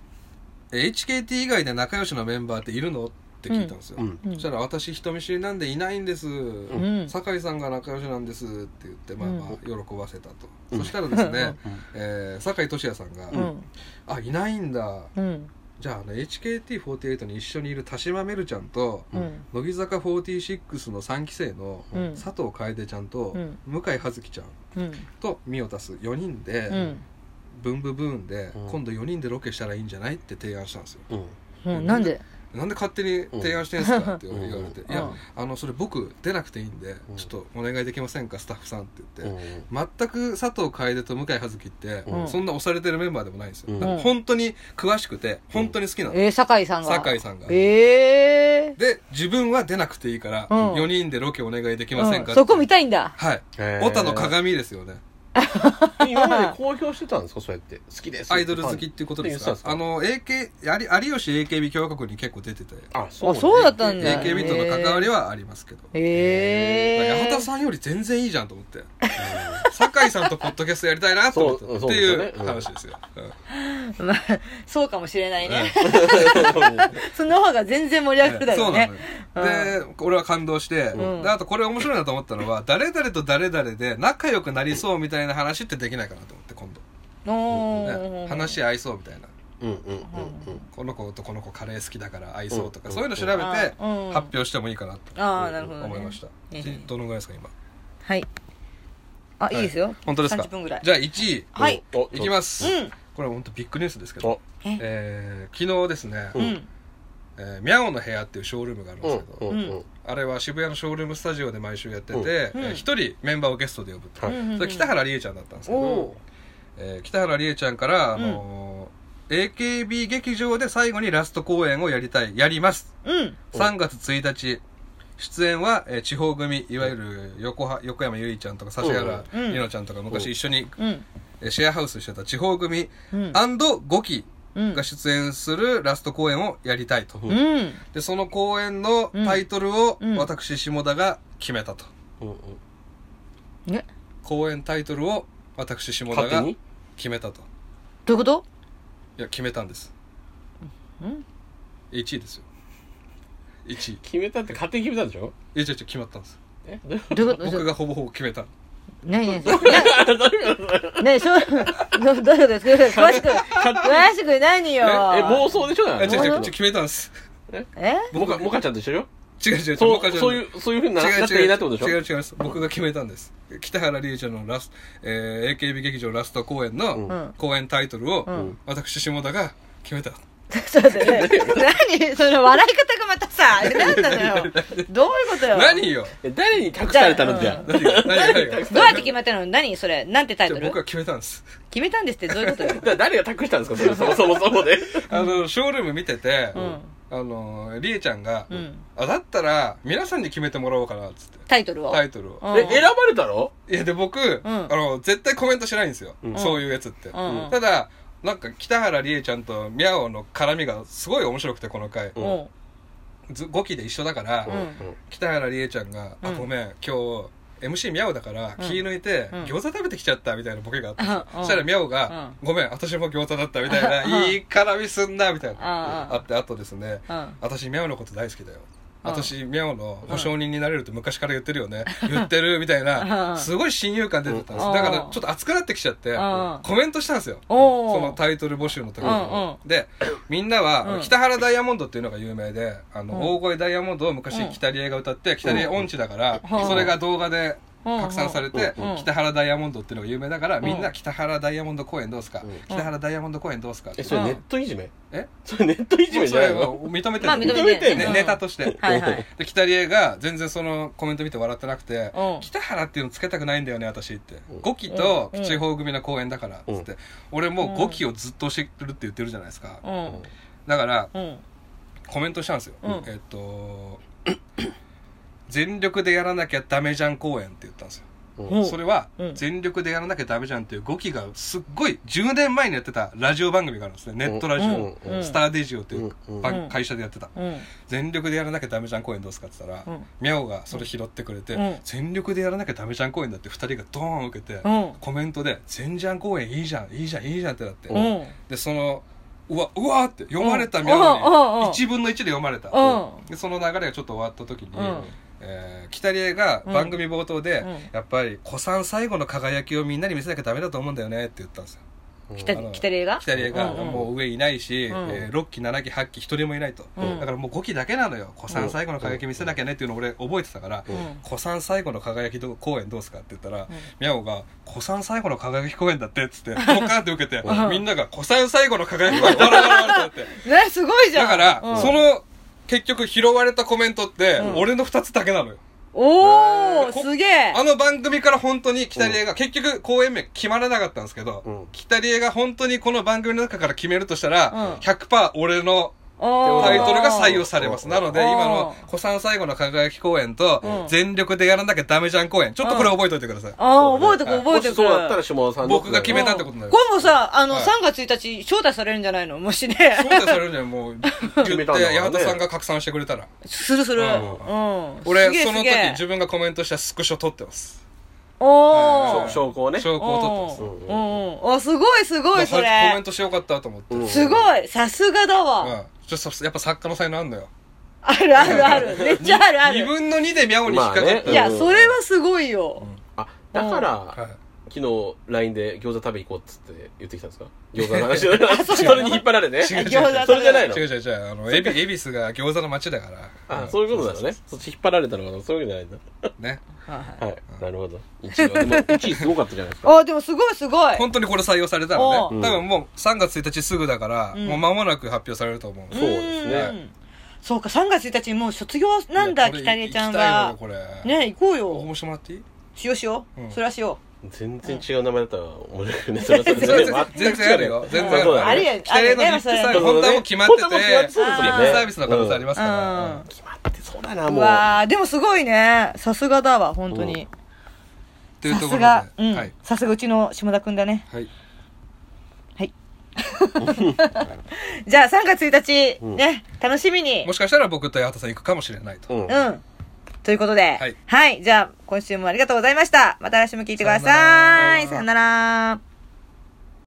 [SPEAKER 2] HKT 以外で仲良しのメンバーっているの?」って聞いたんですよ、
[SPEAKER 3] うん
[SPEAKER 1] うん
[SPEAKER 2] そしたら「私人見知りなんでいないんです、
[SPEAKER 1] ん
[SPEAKER 2] 酒井さんが仲良しなんです」って言ってまあまあ
[SPEAKER 1] う
[SPEAKER 2] 喜ばせたと、そしたらですね、
[SPEAKER 3] うん
[SPEAKER 2] えー酒井俊也さんが「
[SPEAKER 1] うん
[SPEAKER 2] あいないんだ
[SPEAKER 1] うん
[SPEAKER 2] じゃああの HKT48 に一緒にいる田島めるちゃんと、
[SPEAKER 1] うん
[SPEAKER 2] 乃木坂46の3期生の
[SPEAKER 1] うん
[SPEAKER 2] 佐藤楓ちゃんと
[SPEAKER 1] うん
[SPEAKER 2] 向井葉月ちゃん
[SPEAKER 1] うん
[SPEAKER 2] とミオタス4人で、
[SPEAKER 1] うん
[SPEAKER 2] ブンブブーンで
[SPEAKER 3] うん
[SPEAKER 2] 今度4人でロケしたらいいんじゃないって提案したんですよ
[SPEAKER 3] うん
[SPEAKER 1] うんなんで
[SPEAKER 2] なんで勝手に提案してんすかって言われて
[SPEAKER 3] う
[SPEAKER 2] 「
[SPEAKER 1] ん
[SPEAKER 2] いや
[SPEAKER 1] うん
[SPEAKER 2] あのそれ僕出なくていいんで
[SPEAKER 3] うん
[SPEAKER 2] ちょっとお願いできませんかスタッフさん」って言って
[SPEAKER 3] うん
[SPEAKER 2] 全く佐藤楓と向井葉月って
[SPEAKER 1] うん
[SPEAKER 2] そんな押されてるメンバーでもないんです
[SPEAKER 3] う
[SPEAKER 2] よ
[SPEAKER 3] ん
[SPEAKER 2] だから本当に詳しくて本当に好きなの
[SPEAKER 1] えー酒井さんが
[SPEAKER 2] 酒井さんが
[SPEAKER 1] ええ
[SPEAKER 2] で自分は出なくていいから
[SPEAKER 1] うん
[SPEAKER 2] 4人でロケお願いできませ
[SPEAKER 1] うん
[SPEAKER 2] んかって
[SPEAKER 1] そこ見たいんだ
[SPEAKER 2] はい
[SPEAKER 3] へー
[SPEAKER 2] オタの鏡ですよね
[SPEAKER 3] 今まで公表してたんですかそうやって好きです
[SPEAKER 2] アイドル好きっていうことですか
[SPEAKER 3] って
[SPEAKER 2] あ
[SPEAKER 3] 言って
[SPEAKER 2] の AK 有有吉 AKB 共和国に結構出てて
[SPEAKER 3] たんですか
[SPEAKER 1] あ
[SPEAKER 3] あ
[SPEAKER 1] そうだったんだ
[SPEAKER 2] AKB との関わりはありますけど
[SPEAKER 1] え
[SPEAKER 2] 八
[SPEAKER 1] え
[SPEAKER 2] 幡さんより全然いいじゃんと思って酒井さんとポッドキャストやりたいなと思って
[SPEAKER 3] そう
[SPEAKER 2] っ
[SPEAKER 3] そう
[SPEAKER 2] て
[SPEAKER 3] ですよ
[SPEAKER 2] い
[SPEAKER 3] ね
[SPEAKER 2] う話ですようん
[SPEAKER 1] まあそうかもしれないね
[SPEAKER 3] うん
[SPEAKER 1] その方が全然盛り上がるだ
[SPEAKER 2] そ
[SPEAKER 1] ろ
[SPEAKER 2] う
[SPEAKER 1] う
[SPEAKER 2] な
[SPEAKER 1] ね
[SPEAKER 2] のよで俺は感動して
[SPEAKER 1] うん
[SPEAKER 2] であとこれ面白いなと思ったのは誰々と誰々で仲良くなりそうみたいな話ってできないかなと思って今度
[SPEAKER 1] お
[SPEAKER 2] ね
[SPEAKER 1] ー
[SPEAKER 2] 話合いそうみたいな
[SPEAKER 3] うんうんうんうん
[SPEAKER 2] この子とこの子カレー好きだから合いそうとか、
[SPEAKER 3] うん
[SPEAKER 2] そういうの調べて
[SPEAKER 1] うん
[SPEAKER 2] 発
[SPEAKER 1] うん
[SPEAKER 2] 表してもいいかなと
[SPEAKER 1] ああなるほどね
[SPEAKER 2] 思いました、
[SPEAKER 1] うん
[SPEAKER 2] じどのぐらいですか今
[SPEAKER 1] はいあ、いいですよ。
[SPEAKER 2] 本当ですか
[SPEAKER 1] 30分ぐらい。
[SPEAKER 2] じゃあ1位
[SPEAKER 1] はい
[SPEAKER 3] お
[SPEAKER 2] いきます、
[SPEAKER 1] うん
[SPEAKER 2] これ本当ビッグニュースですけど
[SPEAKER 3] お
[SPEAKER 1] え、
[SPEAKER 2] えー昨日ですね、
[SPEAKER 1] う。
[SPEAKER 3] うん
[SPEAKER 2] えーミャオの部屋っていうショールームがあるん
[SPEAKER 3] う
[SPEAKER 2] です
[SPEAKER 3] ん
[SPEAKER 2] けど、
[SPEAKER 3] うんうん
[SPEAKER 2] あれは渋谷のショールームスタジオで毎週やってて、え
[SPEAKER 1] うん
[SPEAKER 2] ー一人メンバーをゲストで呼ぶと、
[SPEAKER 3] はい
[SPEAKER 1] うんうんうん
[SPEAKER 2] それ北原理恵ちゃんだったんですけ
[SPEAKER 1] お
[SPEAKER 2] ど、
[SPEAKER 1] お
[SPEAKER 2] えー北原理恵ちゃんから、あのー AKB 劇場で最後にラスト公演をやりたいやります
[SPEAKER 1] ー。うん。
[SPEAKER 3] お
[SPEAKER 2] 3月1日出演は、えー地方組いわゆる横は横山由依ちゃんとか指原
[SPEAKER 1] うん
[SPEAKER 2] 莉乃ちゃんとか昔一緒に、
[SPEAKER 1] うん。
[SPEAKER 2] えーシェアハウスしてた地方組
[SPEAKER 1] うん。
[SPEAKER 2] 5期
[SPEAKER 1] うん
[SPEAKER 2] が出演するラスト公演をやりたいと、
[SPEAKER 3] うん
[SPEAKER 1] うん。
[SPEAKER 2] でその公演のタイトルを
[SPEAKER 1] うん
[SPEAKER 2] 私下田が決めたと、
[SPEAKER 3] うんうん
[SPEAKER 1] ね。
[SPEAKER 2] 公演タイトルを私下田
[SPEAKER 3] 勝手
[SPEAKER 2] が
[SPEAKER 3] に
[SPEAKER 2] 決めたと
[SPEAKER 1] どういうこと
[SPEAKER 2] いや決めたんです
[SPEAKER 1] うん
[SPEAKER 2] 1位ですよ1位
[SPEAKER 3] 決めたって勝手に決めたんでしょ
[SPEAKER 2] え違う違う決まったんです
[SPEAKER 3] えどういうこ
[SPEAKER 1] どういうこと
[SPEAKER 2] 僕がほぼほぼ決めた
[SPEAKER 1] ねえねえ、ねえ、しょう、どどういうことですか詳しく、詳しく何よ
[SPEAKER 3] と。え妄想でしょな
[SPEAKER 2] あ違
[SPEAKER 3] ん
[SPEAKER 2] う
[SPEAKER 3] か
[SPEAKER 1] なる
[SPEAKER 2] 違う違
[SPEAKER 1] ほ
[SPEAKER 2] う
[SPEAKER 1] ど
[SPEAKER 2] 決めたんです
[SPEAKER 1] え
[SPEAKER 3] モカモカちゃんと一緒でしょ
[SPEAKER 2] 違う違う違う
[SPEAKER 3] そ
[SPEAKER 2] 僕は
[SPEAKER 3] う
[SPEAKER 2] じゃ
[SPEAKER 3] そういうそういうふうにな
[SPEAKER 2] 違う
[SPEAKER 3] なっていいなってことでしょ
[SPEAKER 2] 違う違う違う僕が決めたんです北原理恵ちゃんのラス、えー、AKB 劇場ラスト公演
[SPEAKER 3] うん
[SPEAKER 1] う
[SPEAKER 2] の
[SPEAKER 1] ん
[SPEAKER 2] 公演タイトルを、
[SPEAKER 1] ん
[SPEAKER 2] 私下田が決めた
[SPEAKER 1] ちょっと待ってね何その笑い方がまたさ、何なのよ。どういうことよ。
[SPEAKER 2] 何よ
[SPEAKER 3] え誰に託されたのじ
[SPEAKER 1] じゃ
[SPEAKER 3] ゃ
[SPEAKER 1] あ
[SPEAKER 3] あ
[SPEAKER 2] 何が何が何が
[SPEAKER 1] どうやって決まったの何それなんてタイ
[SPEAKER 2] じゃ
[SPEAKER 1] ト
[SPEAKER 2] あ
[SPEAKER 1] ル
[SPEAKER 2] 僕が決めたんです
[SPEAKER 1] 決めたんですってどういうことよ。
[SPEAKER 3] だ誰が託したんですかそれそもそもそもで
[SPEAKER 2] あのショールーム見てて、
[SPEAKER 1] うん
[SPEAKER 2] あのりえちゃんが、
[SPEAKER 1] うん
[SPEAKER 2] あだったら皆さんに決めてもらおうかなっつって
[SPEAKER 1] タイトルを。
[SPEAKER 2] タイトルを、
[SPEAKER 1] うん
[SPEAKER 3] え選ばれたの
[SPEAKER 2] いやで僕、あの絶対コメントしないんですよ、
[SPEAKER 3] うん
[SPEAKER 2] そういうやつって、
[SPEAKER 1] うん
[SPEAKER 2] ただなんか北原理恵ちゃんとミャオの絡みがすごい面白くてこの回、
[SPEAKER 3] うん
[SPEAKER 1] も
[SPEAKER 2] ず5期で一緒だから、
[SPEAKER 1] うん
[SPEAKER 2] 北原理恵ちゃんが「
[SPEAKER 1] う
[SPEAKER 2] あ
[SPEAKER 1] ん
[SPEAKER 2] ごめん今日 MC ミャオだから気抜いて
[SPEAKER 1] うん
[SPEAKER 2] 餃子食べてきちゃった」みたいなボケがあったんですよ
[SPEAKER 1] うん
[SPEAKER 2] そしたらミャオが「ごめん私も餃子だった」みたいな
[SPEAKER 1] う
[SPEAKER 2] 「
[SPEAKER 1] ん
[SPEAKER 2] いい絡みすんな」みたい
[SPEAKER 1] うん
[SPEAKER 2] なあってあとですね
[SPEAKER 1] うん
[SPEAKER 2] 「私ミャオのこと大好きだよ」
[SPEAKER 1] うん
[SPEAKER 2] 私、ミャオの保証人になれるって昔から言ってるよね。言ってるみたいうな、
[SPEAKER 1] ん
[SPEAKER 2] すごい親友感出てたんです。
[SPEAKER 1] うん
[SPEAKER 2] だからちょっと熱くなってきちゃって
[SPEAKER 1] うん、
[SPEAKER 2] コメントしたんですよ。
[SPEAKER 1] う、お
[SPEAKER 2] そ
[SPEAKER 1] ー
[SPEAKER 2] のタイトル募集の時に、
[SPEAKER 1] うんう
[SPEAKER 2] でみんなは、
[SPEAKER 1] うん
[SPEAKER 2] 北原ダイヤモンドっていうのが有名であの、
[SPEAKER 1] うん
[SPEAKER 2] 大声ダイヤモンドを昔
[SPEAKER 1] うん
[SPEAKER 2] 北リエが歌って北リエ音痴だから、
[SPEAKER 1] うん
[SPEAKER 2] それが動画で
[SPEAKER 1] うん
[SPEAKER 2] 拡散されて、
[SPEAKER 1] うん
[SPEAKER 2] 北原ダイヤモンドっていうのが有名だから、みん
[SPEAKER 1] う
[SPEAKER 2] なん北原ダイヤモンド公演どうすか、
[SPEAKER 3] うん
[SPEAKER 2] 北原ダイヤモンド公演どうすか、
[SPEAKER 3] えそれネットいじめ
[SPEAKER 2] え
[SPEAKER 3] それネットいじ
[SPEAKER 2] も
[SPEAKER 3] め
[SPEAKER 2] う
[SPEAKER 3] じ
[SPEAKER 2] そ
[SPEAKER 3] ゃない
[SPEAKER 2] れ
[SPEAKER 3] の
[SPEAKER 2] を認めてる、
[SPEAKER 1] まあ認めてる
[SPEAKER 2] ね
[SPEAKER 1] うん
[SPEAKER 2] ネタとして、
[SPEAKER 1] はいはい。
[SPEAKER 2] で北リエが全然そのコメント見て笑ってなくて
[SPEAKER 1] うん
[SPEAKER 2] 「北原っていうのつけたくないんだよね私」って
[SPEAKER 3] うん
[SPEAKER 2] 5期と
[SPEAKER 1] うん
[SPEAKER 2] 地方組の公演だから」
[SPEAKER 3] うん
[SPEAKER 2] つって「俺もう5期をずっとしてるって言ってるじゃないですか
[SPEAKER 1] うん。
[SPEAKER 2] だから
[SPEAKER 1] うん。
[SPEAKER 2] コメントしたんですよ
[SPEAKER 1] うん
[SPEAKER 2] えっと「全力でやらなきゃダメじゃん公演」って言ったんですよ
[SPEAKER 3] うん
[SPEAKER 1] うん
[SPEAKER 2] それは
[SPEAKER 1] う
[SPEAKER 2] 「
[SPEAKER 1] ん
[SPEAKER 2] 全力でやらなきゃダメじゃん」っていう5期がすっごい10年前にやってたラジオ番組があるんですねネットラジオ
[SPEAKER 1] うんうん
[SPEAKER 2] スターデジオっていう
[SPEAKER 1] うん
[SPEAKER 2] 番会社でやってた
[SPEAKER 1] うん。
[SPEAKER 2] 全力でやらなきゃダメじゃん公演どうすかって言った
[SPEAKER 1] う
[SPEAKER 2] ら、
[SPEAKER 1] ん
[SPEAKER 2] ミャオがそれ拾ってくれて、
[SPEAKER 1] うん
[SPEAKER 2] 全力でやらなきゃダメじゃん公演だって2人がドーン受けて、
[SPEAKER 1] うん
[SPEAKER 2] コメントで「全ジャン公演いいじゃんいいじゃんいいじゃん」ってなって、
[SPEAKER 1] うん。
[SPEAKER 2] でその「うわうわ」って読まれた
[SPEAKER 1] うん
[SPEAKER 2] ミャ
[SPEAKER 1] うんうんう
[SPEAKER 2] オ
[SPEAKER 1] ん
[SPEAKER 2] に1分の1で読まれた、
[SPEAKER 1] うん
[SPEAKER 2] でその流れがちょっと終わった時に、
[SPEAKER 1] うん
[SPEAKER 2] えー北リエが番組冒頭で、
[SPEAKER 1] うんうん
[SPEAKER 2] やっぱり「子さん最後の輝きをみんなに見せなきゃダメだと思うんだよね」って言ったんですよ
[SPEAKER 1] 来た、
[SPEAKER 2] あの
[SPEAKER 1] 来た例が
[SPEAKER 2] 北リエが
[SPEAKER 1] うんうん
[SPEAKER 2] もう上いないし、
[SPEAKER 1] うん
[SPEAKER 2] えー6期7期8期1人もいないと、
[SPEAKER 1] うん
[SPEAKER 2] だからもう5期だけなのよ古参最後の輝き見せなきゃねっていうのを俺覚えてたから
[SPEAKER 1] うん
[SPEAKER 2] 「古参最後の輝きどう公演どうすか?」って言ったら、ミャオが「古参最後の輝き公演だって」っつ ってポカンって受けて
[SPEAKER 1] うん
[SPEAKER 2] みんなが「古参最後の輝き公演わらわらわら」ってなって
[SPEAKER 1] ね、すごい じゃ
[SPEAKER 2] だ
[SPEAKER 1] ん。
[SPEAKER 2] から、
[SPEAKER 1] うん
[SPEAKER 2] そ、の結局拾われたコメントって、
[SPEAKER 1] うん
[SPEAKER 2] 俺の2つだけなのよ
[SPEAKER 1] お
[SPEAKER 2] う
[SPEAKER 1] ー、
[SPEAKER 2] んこ
[SPEAKER 1] すげえ。
[SPEAKER 2] あの番組から本当に北リエが、結局公演名決まらなかったんですけど、
[SPEAKER 3] うん
[SPEAKER 2] 北リエが本当にこの番組の中から決めるとしたら、
[SPEAKER 1] うん
[SPEAKER 2] 100%俺の
[SPEAKER 1] おー
[SPEAKER 2] タイトルが採用されます。
[SPEAKER 3] おー
[SPEAKER 2] なので、
[SPEAKER 1] おー
[SPEAKER 2] 今の、古参最後の輝き公演と
[SPEAKER 1] う、ん
[SPEAKER 2] 全力でやらなきゃダメじゃん公演。ちょっとこれ覚えといてください。
[SPEAKER 1] ああ、覚えてく、覚え
[SPEAKER 3] も
[SPEAKER 1] て
[SPEAKER 3] し
[SPEAKER 1] く。
[SPEAKER 3] そうだったら下田さんの
[SPEAKER 2] 僕が決めたってことになる
[SPEAKER 1] これもさ、あの、
[SPEAKER 2] はい
[SPEAKER 1] 3月1日、招待されるんじゃないのもしね。
[SPEAKER 2] 招待されるにはもう、言
[SPEAKER 3] め
[SPEAKER 2] った
[SPEAKER 3] んだ
[SPEAKER 2] て、
[SPEAKER 3] ね
[SPEAKER 2] 八幡さんが拡散してくれたら。
[SPEAKER 1] するする。う
[SPEAKER 2] うん
[SPEAKER 1] ん。
[SPEAKER 2] 俺
[SPEAKER 1] すげ、え
[SPEAKER 2] その
[SPEAKER 1] すげ
[SPEAKER 2] 時
[SPEAKER 1] え
[SPEAKER 2] 自分がコメントしたスクショ撮ってます。
[SPEAKER 1] お
[SPEAKER 2] は
[SPEAKER 1] ー
[SPEAKER 2] い。
[SPEAKER 3] 証拠をね
[SPEAKER 2] 証拠を撮ってま
[SPEAKER 1] うん
[SPEAKER 3] って
[SPEAKER 1] う
[SPEAKER 3] ま
[SPEAKER 1] んうん。あ、すごいすごい、
[SPEAKER 2] す。も
[SPEAKER 1] そう
[SPEAKER 2] 早くコメン
[SPEAKER 1] れ。
[SPEAKER 2] トしようかったと思って。
[SPEAKER 3] う
[SPEAKER 2] うんん。
[SPEAKER 1] すごい。さすがだわ。
[SPEAKER 2] ちょっとやっぱ作家の才能あんのよ。
[SPEAKER 1] あるあるある。めっちゃあるあ
[SPEAKER 2] 2
[SPEAKER 1] る。
[SPEAKER 2] 分の2でミャオに引っかかっ
[SPEAKER 3] まあ
[SPEAKER 2] た。
[SPEAKER 1] い
[SPEAKER 3] ね
[SPEAKER 1] や、
[SPEAKER 3] うん
[SPEAKER 1] それはすごいよ。
[SPEAKER 3] あだから
[SPEAKER 2] はい
[SPEAKER 3] 昨日 LINE で餃子食べ行こうっつって言ってきたんですか餃子の 話をそれに引っ張られてね
[SPEAKER 1] 違う違う
[SPEAKER 3] それじゃないの
[SPEAKER 2] 違う違う違う。あの、エビ、エビスが餃子の街だから。
[SPEAKER 3] あそういうことなのねそっち引っ張られたのかなそういうことじゃないんだ
[SPEAKER 2] ね。
[SPEAKER 1] はい
[SPEAKER 3] はい、なるほど1位はでも1位すごかったじゃないですか
[SPEAKER 1] あでもすごいすごい
[SPEAKER 2] 本当にこれ採用されたの
[SPEAKER 3] おう
[SPEAKER 2] ね。多分もう3月1日すぐだから、
[SPEAKER 1] うん
[SPEAKER 2] もう間もなく発表されると思う。
[SPEAKER 3] そうですね
[SPEAKER 1] んそうか3月1日にもう卒業なんだ
[SPEAKER 2] いや
[SPEAKER 1] きたりちゃん
[SPEAKER 2] 行
[SPEAKER 1] は
[SPEAKER 2] きたいよこれ。
[SPEAKER 1] ね行こう
[SPEAKER 2] 応
[SPEAKER 1] よ
[SPEAKER 2] 募してもらっていい
[SPEAKER 1] しようしよう、
[SPEAKER 2] うん
[SPEAKER 1] それはしよ
[SPEAKER 3] 全然違う名前だったら面白いねそれはそれで
[SPEAKER 2] 全
[SPEAKER 3] 全く違う
[SPEAKER 2] 然
[SPEAKER 3] ね
[SPEAKER 2] 全然あるよ。全然あ
[SPEAKER 3] そ
[SPEAKER 2] る。
[SPEAKER 3] うだね
[SPEAKER 1] あるよ
[SPEAKER 2] 期待
[SPEAKER 1] あ
[SPEAKER 2] への
[SPEAKER 1] るね
[SPEAKER 2] リップサ
[SPEAKER 1] そ
[SPEAKER 2] ー
[SPEAKER 1] れ
[SPEAKER 2] ビス。本当はもう決まってて、
[SPEAKER 3] 本当はもう決まってそうです
[SPEAKER 2] リ
[SPEAKER 3] よ
[SPEAKER 2] ッ
[SPEAKER 3] ね
[SPEAKER 2] プサービスの可能性あります
[SPEAKER 1] う、うん
[SPEAKER 2] から。うん
[SPEAKER 3] 決まってそうだな
[SPEAKER 1] う
[SPEAKER 3] もう
[SPEAKER 1] わーでもすごいねさすがだわ本当に、
[SPEAKER 2] という
[SPEAKER 1] さ
[SPEAKER 2] とこ
[SPEAKER 1] す
[SPEAKER 2] ろで。
[SPEAKER 1] が、うん
[SPEAKER 2] はい。
[SPEAKER 1] さすがうちの下田くんだね
[SPEAKER 2] はい。
[SPEAKER 1] じゃあ3月1日、
[SPEAKER 3] うん
[SPEAKER 1] ね楽しみに
[SPEAKER 2] もしかしたら僕と八幡さん行くかもしれないと。
[SPEAKER 3] うん
[SPEAKER 1] うんということで、
[SPEAKER 2] はい
[SPEAKER 1] じゃあ今週もありがとうございましたまた来週も聞いてください
[SPEAKER 2] さ
[SPEAKER 1] さ
[SPEAKER 2] よ
[SPEAKER 1] よ
[SPEAKER 2] な
[SPEAKER 1] なら